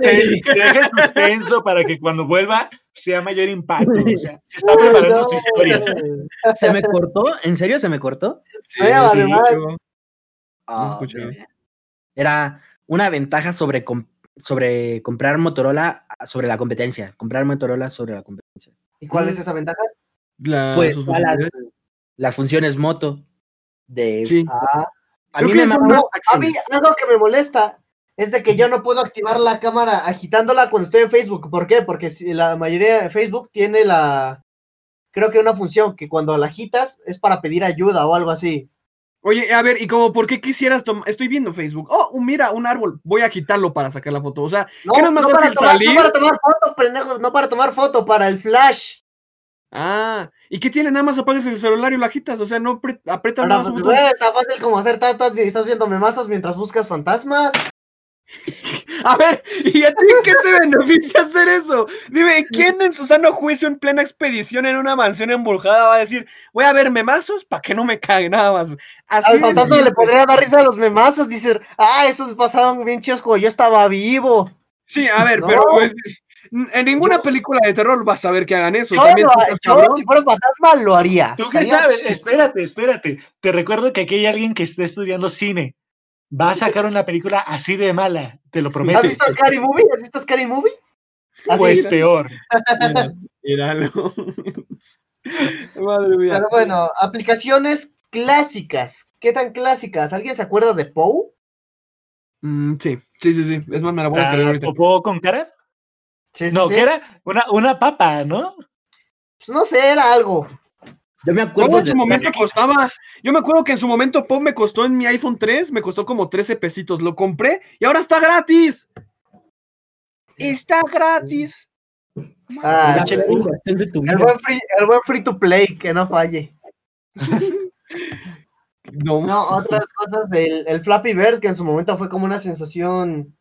Speaker 2: te, te deja en suspenso para que cuando vuelva sea mayor impacto. O sea, se está preparando su historia.
Speaker 8: ¿Se me cortó? ¿En serio se me cortó?
Speaker 4: Sí,
Speaker 5: Bueno,
Speaker 4: sí,
Speaker 5: además-
Speaker 4: mucho.
Speaker 8: Ah,
Speaker 4: escuché.
Speaker 8: mira. Era una ventaja sobre, com- sobre comprar Motorola a- sobre la competencia. Comprar Motorola sobre la competencia.
Speaker 5: ¿Y cuál es esa ventaja?
Speaker 4: La-
Speaker 8: Pues
Speaker 4: sus
Speaker 8: a las,
Speaker 4: funcionalidades.
Speaker 8: las funciones moto. De,
Speaker 4: Sí.
Speaker 5: Ah,
Speaker 8: a
Speaker 4: Creo
Speaker 8: mí
Speaker 4: que
Speaker 8: me
Speaker 4: son
Speaker 8: mamó-
Speaker 4: más
Speaker 5: a mí
Speaker 4: acciones.
Speaker 5: algo que me molesta es de que yo no puedo activar la cámara agitándola cuando estoy en Facebook. ¿Por qué? Porque si la mayoría de Facebook tiene la... Creo que una función que cuando la agitas es para pedir ayuda o algo así.
Speaker 4: Oye, a ver, ¿y como por qué quisieras tomar? Estoy viendo Facebook. Oh, mira, un árbol. Voy a quitarlo para sacar la foto. O sea,
Speaker 5: No,
Speaker 4: ¿Qué no es más
Speaker 5: no para
Speaker 4: fácil
Speaker 5: tomar,
Speaker 4: salir?
Speaker 5: no para tomar foto, pendejo, no para tomar foto, para el flash.
Speaker 4: ah, ¿y qué tiene? Nada más apagas el celular y lo agitas. O sea, no pre- aprietas
Speaker 5: Ahora,
Speaker 4: más un
Speaker 5: pues,
Speaker 4: botón.
Speaker 5: güey, está fácil como hacer, estás, estás, estás viendo memazos mientras buscas fantasmas.
Speaker 4: A ver, ¿y a ti en qué te beneficia hacer eso? Dime, ¿quién en su sano juicio en plena expedición en una mansión embrujada va a decir, voy a ver memazos para que no me cague nada más? Así
Speaker 5: Al
Speaker 4: de
Speaker 5: fantasma le
Speaker 4: simple.
Speaker 5: podría dar risa a los memazos, decir, ah, esos pasaban bien chidos cuando yo estaba vivo.
Speaker 4: Sí, a ver,
Speaker 5: No.
Speaker 4: pero pues, n- en ninguna película de terror vas a ver que hagan eso.
Speaker 5: Yo,
Speaker 4: También
Speaker 5: lo-
Speaker 4: tú estás
Speaker 5: yo,
Speaker 4: cabrón.
Speaker 5: si fuera un fantasma, lo haría.
Speaker 2: ¿Tú qué
Speaker 5: Estaría-
Speaker 2: sabes? Espérate, espérate. Te recuerdo que aquí hay alguien que está estudiando cine. Va a sacar una película así de mala, te lo
Speaker 5: ¿Has
Speaker 2: prometo.
Speaker 5: visto Scary Movie? ¿Has visto Scary Movie? Así,
Speaker 2: Pues peor.
Speaker 4: Mira, míralo. Madre mía.
Speaker 5: Pero bueno, aplicaciones clásicas. ¿Qué tan clásicas? ¿Alguien se acuerda de Poe?
Speaker 4: Mm, sí, sí, sí, sí. Es más, me la voy a descargar
Speaker 2: Ah,
Speaker 4: ahorita.
Speaker 2: ¿Popó con cara?
Speaker 5: Sí, sí,
Speaker 2: No,
Speaker 5: sí.
Speaker 2: que era una, una papa, ¿no?
Speaker 5: Pues no sé, era algo.
Speaker 8: Yo me
Speaker 4: ¿Cómo
Speaker 8: acuerdo
Speaker 4: en
Speaker 8: de
Speaker 4: su momento costaba? Yo me acuerdo que en su momento Pop me costó en mi iPhone 3, me costó como 13 pesitos. Lo compré y ahora está gratis. Está gratis.
Speaker 5: Ah,
Speaker 8: la
Speaker 5: el,
Speaker 8: peor inversión de tu vida.
Speaker 5: buen free, el buen free to play, que no falle.
Speaker 4: No,
Speaker 5: No, otras cosas, el, el Flappy Bird, que en su momento fue como una sensación.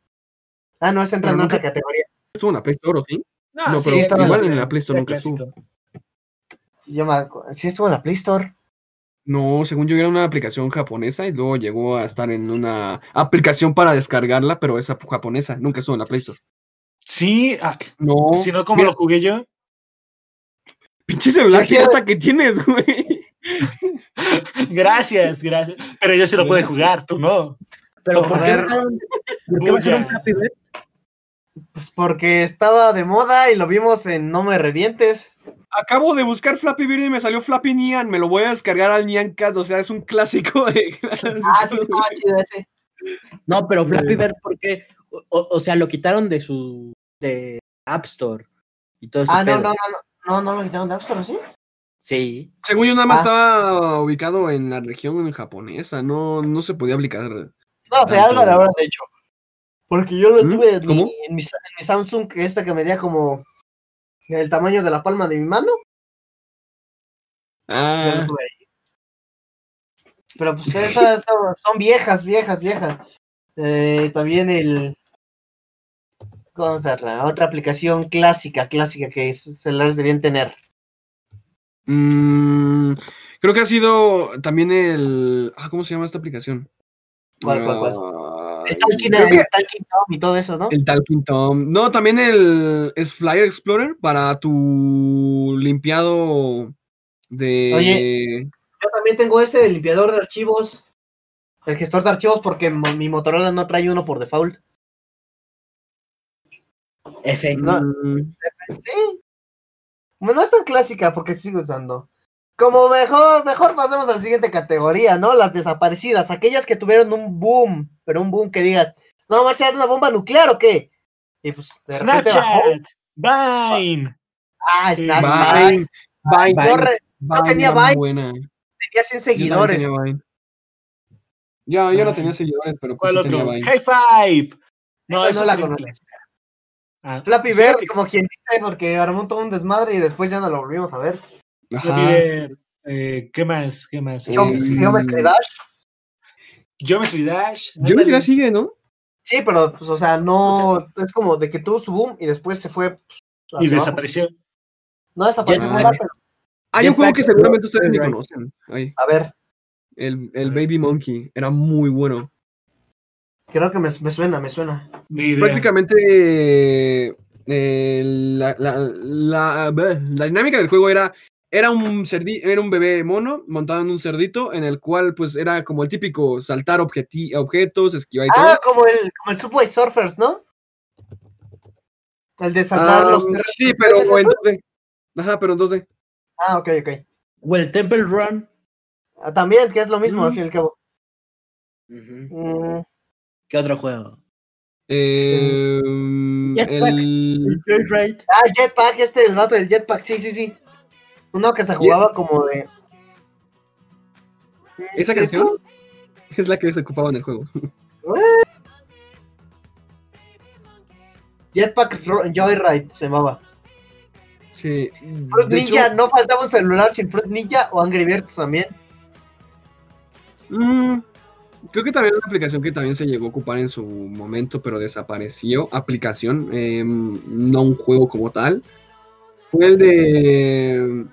Speaker 5: Ah, no, es
Speaker 4: Pero
Speaker 5: entrando en otra
Speaker 4: nunca-
Speaker 5: categoría.
Speaker 4: estuvo en la Play Store, ¿o ¿sí? No,
Speaker 2: Ah, sí,
Speaker 4: pero
Speaker 2: estaba
Speaker 4: igual
Speaker 2: la-
Speaker 4: en la Play Store
Speaker 2: era
Speaker 4: nunca estuvo.
Speaker 2: clásico.
Speaker 5: Yo me acu- sí estuvo en la Play Store.
Speaker 4: No, según yo era una aplicación japonesa y luego llegó a estar en una aplicación para descargarla, pero esa japonesa nunca estuvo en la Play Store.
Speaker 2: Sí, ah,
Speaker 4: No,
Speaker 2: si no, como
Speaker 4: Oh, mira,
Speaker 2: lo jugué yo?
Speaker 4: pinche celular
Speaker 5: Sí,
Speaker 4: pirata que tienes, güey.
Speaker 2: Gracias, gracias. Pero yo sí lo pude jugar, tú no.
Speaker 8: Pero ¿por qué
Speaker 5: Joder.
Speaker 8: bajaron- por qué bajaron
Speaker 2: Bulla.
Speaker 8: Flappy Bird?
Speaker 5: Pues porque estaba de moda y lo vimos en No Me Revientes.
Speaker 4: Acabo de buscar Flappy Bird y me salió Flappy Nian. Me lo voy a descargar al Nian Cat, o sea, es un clásico de.
Speaker 5: Ah, sí, estaba chido ese.
Speaker 8: No, pero Flappy Bird, porque, o, o- o sea, lo quitaron de su de App Store y todo eso.
Speaker 5: Ah, no, no, no, no, no, no lo quitaron de App Store, ¿sí?
Speaker 8: Sí.
Speaker 4: Según yo, nada más
Speaker 5: Ah.
Speaker 4: estaba ubicado en la región japonesa, no, no se podía aplicar.
Speaker 5: No, se
Speaker 4: Tanto-
Speaker 5: habla de ahora, de hecho. Porque yo lo
Speaker 4: ¿Mm?
Speaker 5: tuve en,
Speaker 4: ¿Cómo?
Speaker 5: mi, en mi Sa- en mi Samsung, que esta que medía como el tamaño de la palma de mi mano. yo lo
Speaker 4: Ah,
Speaker 5: tuve ahí. Pero pues esas son- son viejas, viejas, viejas. Eh, también el... ¿Cómo se llama? Otra aplicación clásica, clásica que esos celulares debían tener.
Speaker 4: mm, creo que ha sido también el. Ah, ¿cómo se llama esta aplicación?
Speaker 5: ¿Cuál, cuál, cuál?
Speaker 4: Ay,
Speaker 5: El Talking,
Speaker 4: creo
Speaker 5: el
Speaker 4: que-
Speaker 5: Talking Tom y todo eso, ¿no?
Speaker 4: El Talking Tom. No, también el es Flyer Explorer para tu limpiado de.
Speaker 5: Oye. Yo también tengo ese del limpiador de archivos. El gestor de archivos porque mo- mi Motorola no trae uno por default.
Speaker 8: F.
Speaker 5: No.
Speaker 4: Mm,
Speaker 5: Sí. Bueno, no es tan clásica porque sigo usando. Como mejor, mejor pasemos a la siguiente categoría, ¿no? Las desaparecidas, aquellas que tuvieron un boom, pero un boom que digas, ¿no va a echar una bomba nuclear o qué? Y pues de repente bajó.
Speaker 2: Snapchat, Vine.
Speaker 5: Ah,
Speaker 2: Sí,
Speaker 5: Snapchat.
Speaker 4: Vine, Vine,
Speaker 5: Yo re-
Speaker 4: Vine
Speaker 5: tenía
Speaker 4: era muy
Speaker 5: Vine.
Speaker 4: buena.
Speaker 5: tenía 100
Speaker 4: Yo también
Speaker 5: seguidores.
Speaker 4: tenía Vine. Ya, yo no tenía seguidores, pero pues
Speaker 2: ¿Cuál
Speaker 4: sí tenía
Speaker 2: otro?
Speaker 4: Vine.
Speaker 2: High Five. No,
Speaker 5: Esa
Speaker 2: eso
Speaker 5: no
Speaker 2: no Ah,
Speaker 5: la
Speaker 2: la
Speaker 5: conozco. Flappy
Speaker 2: Flappy
Speaker 5: Bird,
Speaker 2: Verde.
Speaker 5: como quien dice, porque armó todo un desmadre y después ya no lo volvimos a ver.
Speaker 4: Ajá.
Speaker 2: Flappy Bird. Eh, ¿Qué más? ¿Qué más?
Speaker 4: Sí.
Speaker 5: Yo,
Speaker 2: Así, así.
Speaker 5: yo me quedé,
Speaker 2: Geometry Dash.
Speaker 4: Yo creo que
Speaker 2: ándale.
Speaker 4: ya sigue, ¿no?
Speaker 5: Sí, pero, pues, o sea, no. es como de que tuvo su boom y después se fue. pues, hacia
Speaker 2: y
Speaker 5: abajo.
Speaker 2: desapareció.
Speaker 5: No desapareció
Speaker 4: Ya-
Speaker 5: nada, pero.
Speaker 4: Hay un juego que
Speaker 8: Jetpack,
Speaker 4: seguramente ustedes ni
Speaker 8: Right.
Speaker 4: conocen. Ay,
Speaker 5: A ver,
Speaker 4: el, el Baby Monkey era muy bueno.
Speaker 5: creo que me, me suena, me suena.
Speaker 2: Ni idea.
Speaker 4: Prácticamente eh, eh, la, la- la- bleh, la dinámica del juego era era un cerdi- era un bebé mono montado en un cerdito en el cual pues era como el típico saltar objeti- objetos, esquivar y todo.
Speaker 5: Ah, como el, como el Subway Surfers, ¿no? El de saltar los
Speaker 4: Ah,
Speaker 5: perros.
Speaker 4: sí,
Speaker 5: ¿Los
Speaker 4: pero
Speaker 5: perros
Speaker 4: en
Speaker 5: esos?
Speaker 4: 2D. Ajá, pero en 2D.
Speaker 5: Ah, ok, ok.
Speaker 8: O el Temple Run.
Speaker 5: Ah, También, que es lo mismo, al fin y al cabo.
Speaker 8: Ujú.
Speaker 5: Mm,
Speaker 8: ¿Qué otro juego?
Speaker 4: Eh, mm,
Speaker 8: Jetpack.
Speaker 4: el-
Speaker 8: El Joyride.
Speaker 5: Ah, Jetpack, este, el vato del Jetpack, sí, sí, sí. Uno que se jugaba como de.
Speaker 4: esa
Speaker 5: ¿Es
Speaker 4: canción es la que se ocupaba en el juego.
Speaker 5: Jetpack Ro- Joyride se llamaba.
Speaker 4: Sí.
Speaker 5: Fruit
Speaker 4: de hecho-
Speaker 5: Ninja, no faltaba un celular sin Fruit Ninja o Angry Birds también.
Speaker 4: Mm, creo que también una aplicación que también se llegó a ocupar en su momento, pero desapareció. Aplicación, em, no un juego como tal. Fue el de.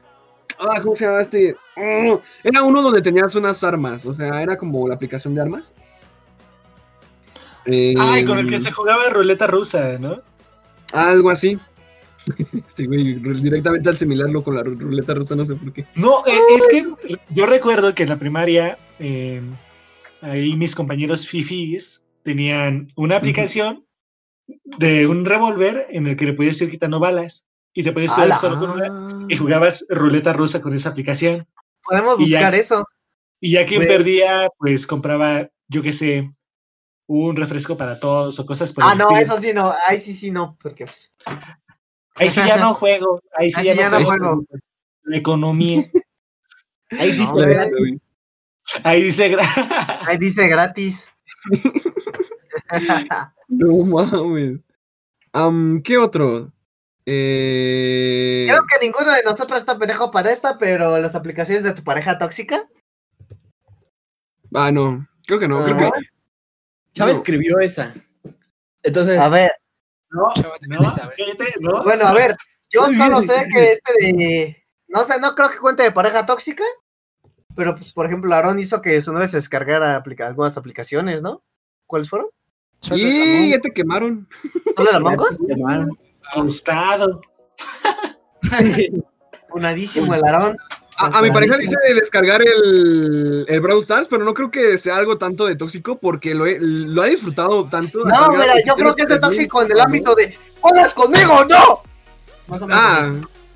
Speaker 4: Ah, ¿cómo se llama este? Mm, Era uno donde tenías unas armas, o sea, era como la aplicación de armas.
Speaker 2: Ay, con el que
Speaker 4: Em,
Speaker 2: se jugaba ruleta rusa, ¿no?
Speaker 4: Algo así. Este güey, ru- directamente al similarlo con la ru- ruleta rusa, no sé por qué.
Speaker 2: No, eh, es que yo recuerdo que en la primaria, eh, ahí mis compañeros fifis tenían una aplicación de un revólver en el que le podías ir quitando balas y te podías quedar
Speaker 5: ¡Hala!
Speaker 2: solo con una y jugabas ruleta rusa con esa aplicación.
Speaker 5: Podemos
Speaker 2: Y ya-
Speaker 5: buscar eso.
Speaker 2: Y ya quien
Speaker 8: Güey.
Speaker 2: perdía, pues compraba, yo qué sé, un refresco para todos o cosas
Speaker 4: pues,
Speaker 2: por
Speaker 5: Ah,
Speaker 2: el
Speaker 5: no,
Speaker 2: estilo.
Speaker 5: eso sí, no. Ahí sí, sí, no. Porque pues,
Speaker 2: Ahí sí ya no juego, ahí sí
Speaker 5: ahí
Speaker 2: ya,
Speaker 5: sí ya
Speaker 2: no
Speaker 5: no
Speaker 2: juego.
Speaker 5: juego.
Speaker 2: La economía.
Speaker 8: Ahí
Speaker 5: No,
Speaker 8: dice.
Speaker 4: La
Speaker 5: ¿verdad?
Speaker 4: de-
Speaker 2: Ahí dice, gra-
Speaker 5: Ahí dice gratis.
Speaker 4: No mames. Am, ¿Qué otro? Eh,
Speaker 5: Creo que ninguno de nosotros está pendejo para esta, pero las aplicaciones de tu pareja tóxica.
Speaker 4: Ah, no. Creo que no. Creo que,
Speaker 5: Ah,
Speaker 8: Chava
Speaker 4: No.
Speaker 8: escribió esa.
Speaker 4: Pues,
Speaker 8: Entonces,
Speaker 5: A ver,
Speaker 2: no,
Speaker 6: Chava, te
Speaker 2: no,
Speaker 6: querés saber.
Speaker 2: cállate, no.
Speaker 5: bueno, a ver. Yo
Speaker 4: pues, Muy bien,
Speaker 5: solo
Speaker 4: muy
Speaker 5: sé que este de. No sé, no creo que cuente de pareja tóxica. Pero, pues, por ejemplo, Aarón hizo que su novia se descargara aplica- algunas aplicaciones, ¿no? ¿Cuáles fueron?
Speaker 6: Solo "Mm".
Speaker 4: ¡Y!
Speaker 6: Ramón.
Speaker 4: Ya te quemaron.
Speaker 5: ¿Solo la
Speaker 8: ya
Speaker 5: mangos?
Speaker 8: se van.
Speaker 2: Tostado.
Speaker 5: Unadísimo el Aarón.
Speaker 4: A, a mi pareja
Speaker 5: Unadísimo.
Speaker 4: dice de descargar el, el Brawl Stars, pero no creo que sea algo tanto de tóxico porque lo, he- lo ha disfrutado tanto.
Speaker 5: No, mira, yo creo que es de tóxico en el ámbito de. ¡Juegas conmigo, no! Más o menos.
Speaker 4: Ah,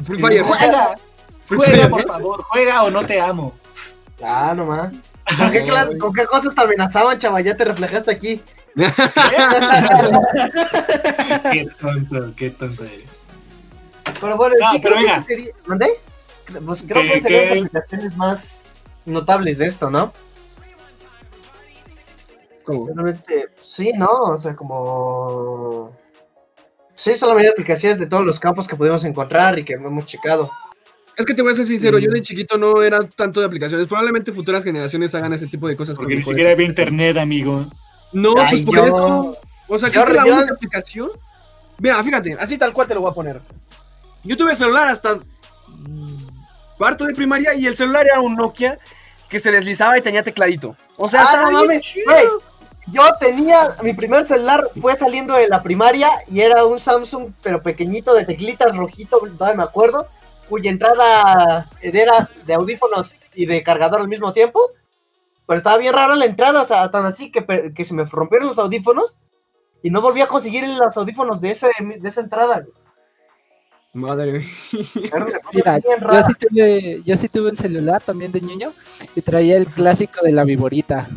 Speaker 4: Free Fire.
Speaker 2: Juega,
Speaker 4: Free
Speaker 5: Pues
Speaker 2: juega,
Speaker 4: Fire.
Speaker 2: por favor, juega o no te amo.
Speaker 5: Ah, nomás. ¿Con qué, clase- ¿Con qué cosas te amenazaban, chaval? Ya te reflejaste aquí.
Speaker 2: Qué tonto, qué tonto eres.
Speaker 5: Pero bueno,
Speaker 2: No,
Speaker 5: sí, creo
Speaker 2: pero
Speaker 5: que
Speaker 2: venga.
Speaker 5: eso sería- ¿Mandé? Pues creo
Speaker 2: ¿Qué-
Speaker 5: que serían
Speaker 2: qué?
Speaker 5: las aplicaciones más notables de esto, ¿no?
Speaker 4: Como-
Speaker 5: Realmente, sí, ¿no? O sea, como... Sí, son la mayoría de aplicaciones de todos los campos que pudimos encontrar y que no hemos checado.
Speaker 4: Es que te voy a ser sincero,
Speaker 5: Mm.
Speaker 4: yo de chiquito no era tanto de aplicaciones. Probablemente futuras generaciones hagan ese tipo de cosas. que
Speaker 2: Porque ni
Speaker 4: mejor
Speaker 2: siquiera
Speaker 4: es-
Speaker 2: había internet, amigo.
Speaker 4: No,
Speaker 5: Ay,
Speaker 4: pues por
Speaker 5: yo-
Speaker 4: eso. O sea,
Speaker 5: yo
Speaker 4: creo que la
Speaker 5: re- yo-
Speaker 4: única aplicación. Mira, fíjate, así tal cual te lo voy a poner. Yo tuve celular hasta mm, cuarto de primaria y el celular era un Nokia que se deslizaba y tenía tecladito. O sea,
Speaker 5: ¡Ah,
Speaker 4: estaba
Speaker 5: no
Speaker 4: bien
Speaker 5: mames!
Speaker 4: chido.
Speaker 5: Güey, yo tenía... Mi primer celular fue saliendo de la primaria y era un Samsung, pero pequeñito, de teclitas rojito, todavía me acuerdo, cuya entrada era de audífonos y de cargador al mismo tiempo. Pero estaba bien rara la entrada, o sea, tan así que, per- que se me rompieron los audífonos y no volví a conseguir los audífonos de, ese, de esa entrada. güey.
Speaker 4: Madre mía.
Speaker 5: Era una cosa
Speaker 6: Mira,
Speaker 5: bien
Speaker 6: yo
Speaker 5: rara.
Speaker 6: sí, tuve, yo sí tuve un celular también de niño y traía el clásico de la viborita.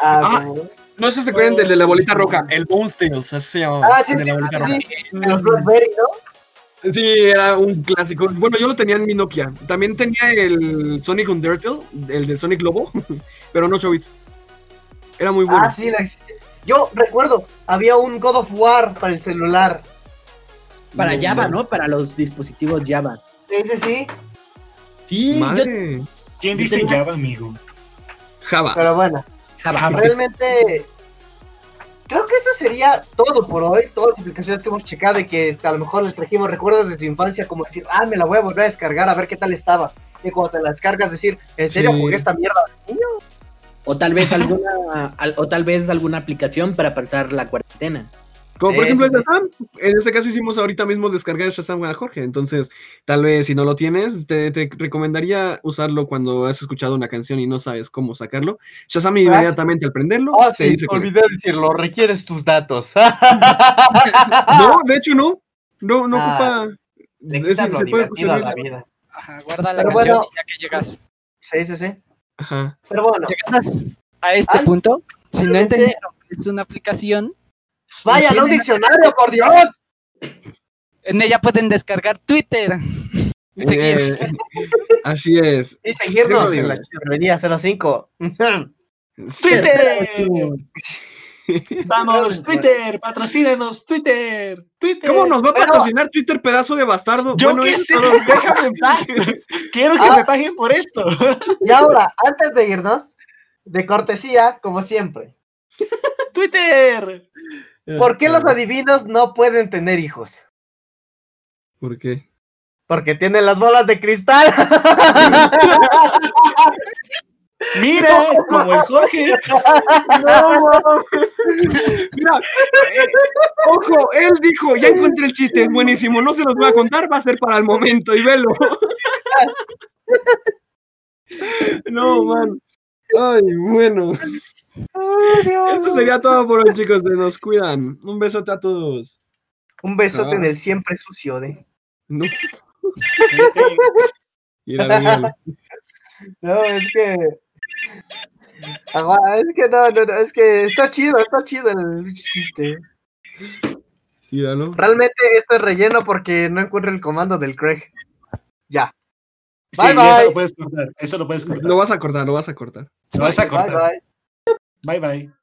Speaker 5: Ah,
Speaker 4: Ah,
Speaker 5: como-
Speaker 4: No sé si se acuerdan del de la bolita roja, el Bones Tales, así se llamaba.
Speaker 5: Ah, sí,
Speaker 4: el de la
Speaker 5: sí,
Speaker 4: bolita
Speaker 5: sí,
Speaker 4: roja.
Speaker 5: Los Blackberry, ¿no?
Speaker 4: Sí, era un clásico. Bueno, yo lo tenía en mi Nokia. También tenía el Sonic Undertale, el de Sonic Lobo, pero no 8 bits. Era muy bueno.
Speaker 5: Ah, sí, la existe. Yo recuerdo, había un God of War para el celular.
Speaker 8: Para
Speaker 4: No,
Speaker 8: Java,
Speaker 4: no.
Speaker 8: ¿no? Para los dispositivos Java.
Speaker 5: Sí, sí, sí.
Speaker 8: Sí, yo
Speaker 4: Madre.
Speaker 2: ¿Quién
Speaker 8: Yo
Speaker 2: dice
Speaker 8: tenía-
Speaker 2: Java, amigo?
Speaker 4: Java.
Speaker 5: Pero bueno,
Speaker 8: Java.
Speaker 2: Java.
Speaker 5: realmente. Creo que eso sería todo por hoy. Todas las aplicaciones que hemos checado y que a lo mejor les trajimos recuerdos de tu infancia, como decir, ah, me la voy a volver a descargar a ver qué tal estaba. Y cuando te la descargas, decir, ¿en serio
Speaker 4: Sí.
Speaker 5: jugué esta mierda de niño?
Speaker 8: O tal vez alguna, al- o tal vez alguna aplicación para pasar la cuarentena.
Speaker 4: Como por
Speaker 5: Sí,
Speaker 4: ejemplo
Speaker 5: sí, sí.
Speaker 4: Shazam, en este caso hicimos ahorita mismo descargar Shazam a Jorge, entonces tal vez si no lo tienes, te, te recomendaría usarlo cuando has escuchado una canción y no sabes cómo sacarlo. Shazam inmediatamente al prenderlo
Speaker 9: Ah,
Speaker 4: se
Speaker 9: sí,
Speaker 4: dice con él.
Speaker 9: olvidé decirlo, requieres tus datos.
Speaker 4: No, de hecho no, no, no
Speaker 5: Ah,
Speaker 4: ocupa...
Speaker 5: Le
Speaker 4: es-
Speaker 5: quitas lo
Speaker 4: se puede
Speaker 5: divertido a la
Speaker 4: escuchar-
Speaker 5: vida.
Speaker 6: Ajá, guarda la
Speaker 5: Pero
Speaker 6: canción
Speaker 5: bueno.
Speaker 6: y ya que llegas.
Speaker 5: Sí, sí, sí.
Speaker 4: Ajá.
Speaker 5: Pero bueno,
Speaker 6: Llegas a este
Speaker 5: Al-
Speaker 6: punto, si no
Speaker 5: realmente-
Speaker 6: entendieron que es una aplicación,
Speaker 5: vayan a un diccionario, por Dios.
Speaker 6: en ella pueden descargar Twitter. Y seguir.
Speaker 4: Eh, así es.
Speaker 5: Y seguirnos
Speaker 4: Sí,
Speaker 5: en
Speaker 4: sí.
Speaker 5: la chiverrería 05.
Speaker 2: ¡Twitter! Vamos, Twitter, patrocínanos, Twitter, Twitter.
Speaker 4: ¿Cómo nos va a
Speaker 5: Bueno.
Speaker 4: patrocinar Twitter, pedazo de bastardo?
Speaker 2: Yo
Speaker 4: Bueno,
Speaker 2: qué
Speaker 4: eso
Speaker 2: sé,
Speaker 4: no.
Speaker 2: déjame en paz. Quiero que
Speaker 5: Ah.
Speaker 2: me paguen por esto.
Speaker 5: Y ahora, antes de irnos, de cortesía, como siempre.
Speaker 2: Twitter.
Speaker 5: ¿Por qué
Speaker 4: Este,
Speaker 5: los adivinos no pueden tener hijos?
Speaker 4: ¿Por qué?
Speaker 5: Porque tienen las bolas de cristal.
Speaker 2: Mira, como el Jorge.
Speaker 4: Mira, eh, ojo, él dijo, ya encontré el chiste, es buenísimo, no se los voy a contar, va a ser para el momento, y velo. No, man. Ay, bueno. Esto sería todo por hoy, chicos. Se nos cuidan. Un besote a todos.
Speaker 5: Un besote
Speaker 4: Ah.
Speaker 5: en el siempre sucio de.
Speaker 4: No. Mira, Miguel.
Speaker 5: No, es que. Agua- Es que no, no, no, es que está chido, está chido el chiste.
Speaker 4: Míralo.
Speaker 5: Realmente esto es relleno porque no encuentro el comando del Craig. Ya.
Speaker 2: Sí,
Speaker 5: Bye,
Speaker 2: y
Speaker 5: bye.
Speaker 2: eso lo puedes cortar. Eso lo puedes cortar.
Speaker 4: Lo vas a cortar, lo vas a cortar.
Speaker 2: Lo vas a cortar.
Speaker 5: Bye, bye.
Speaker 2: bye. bye.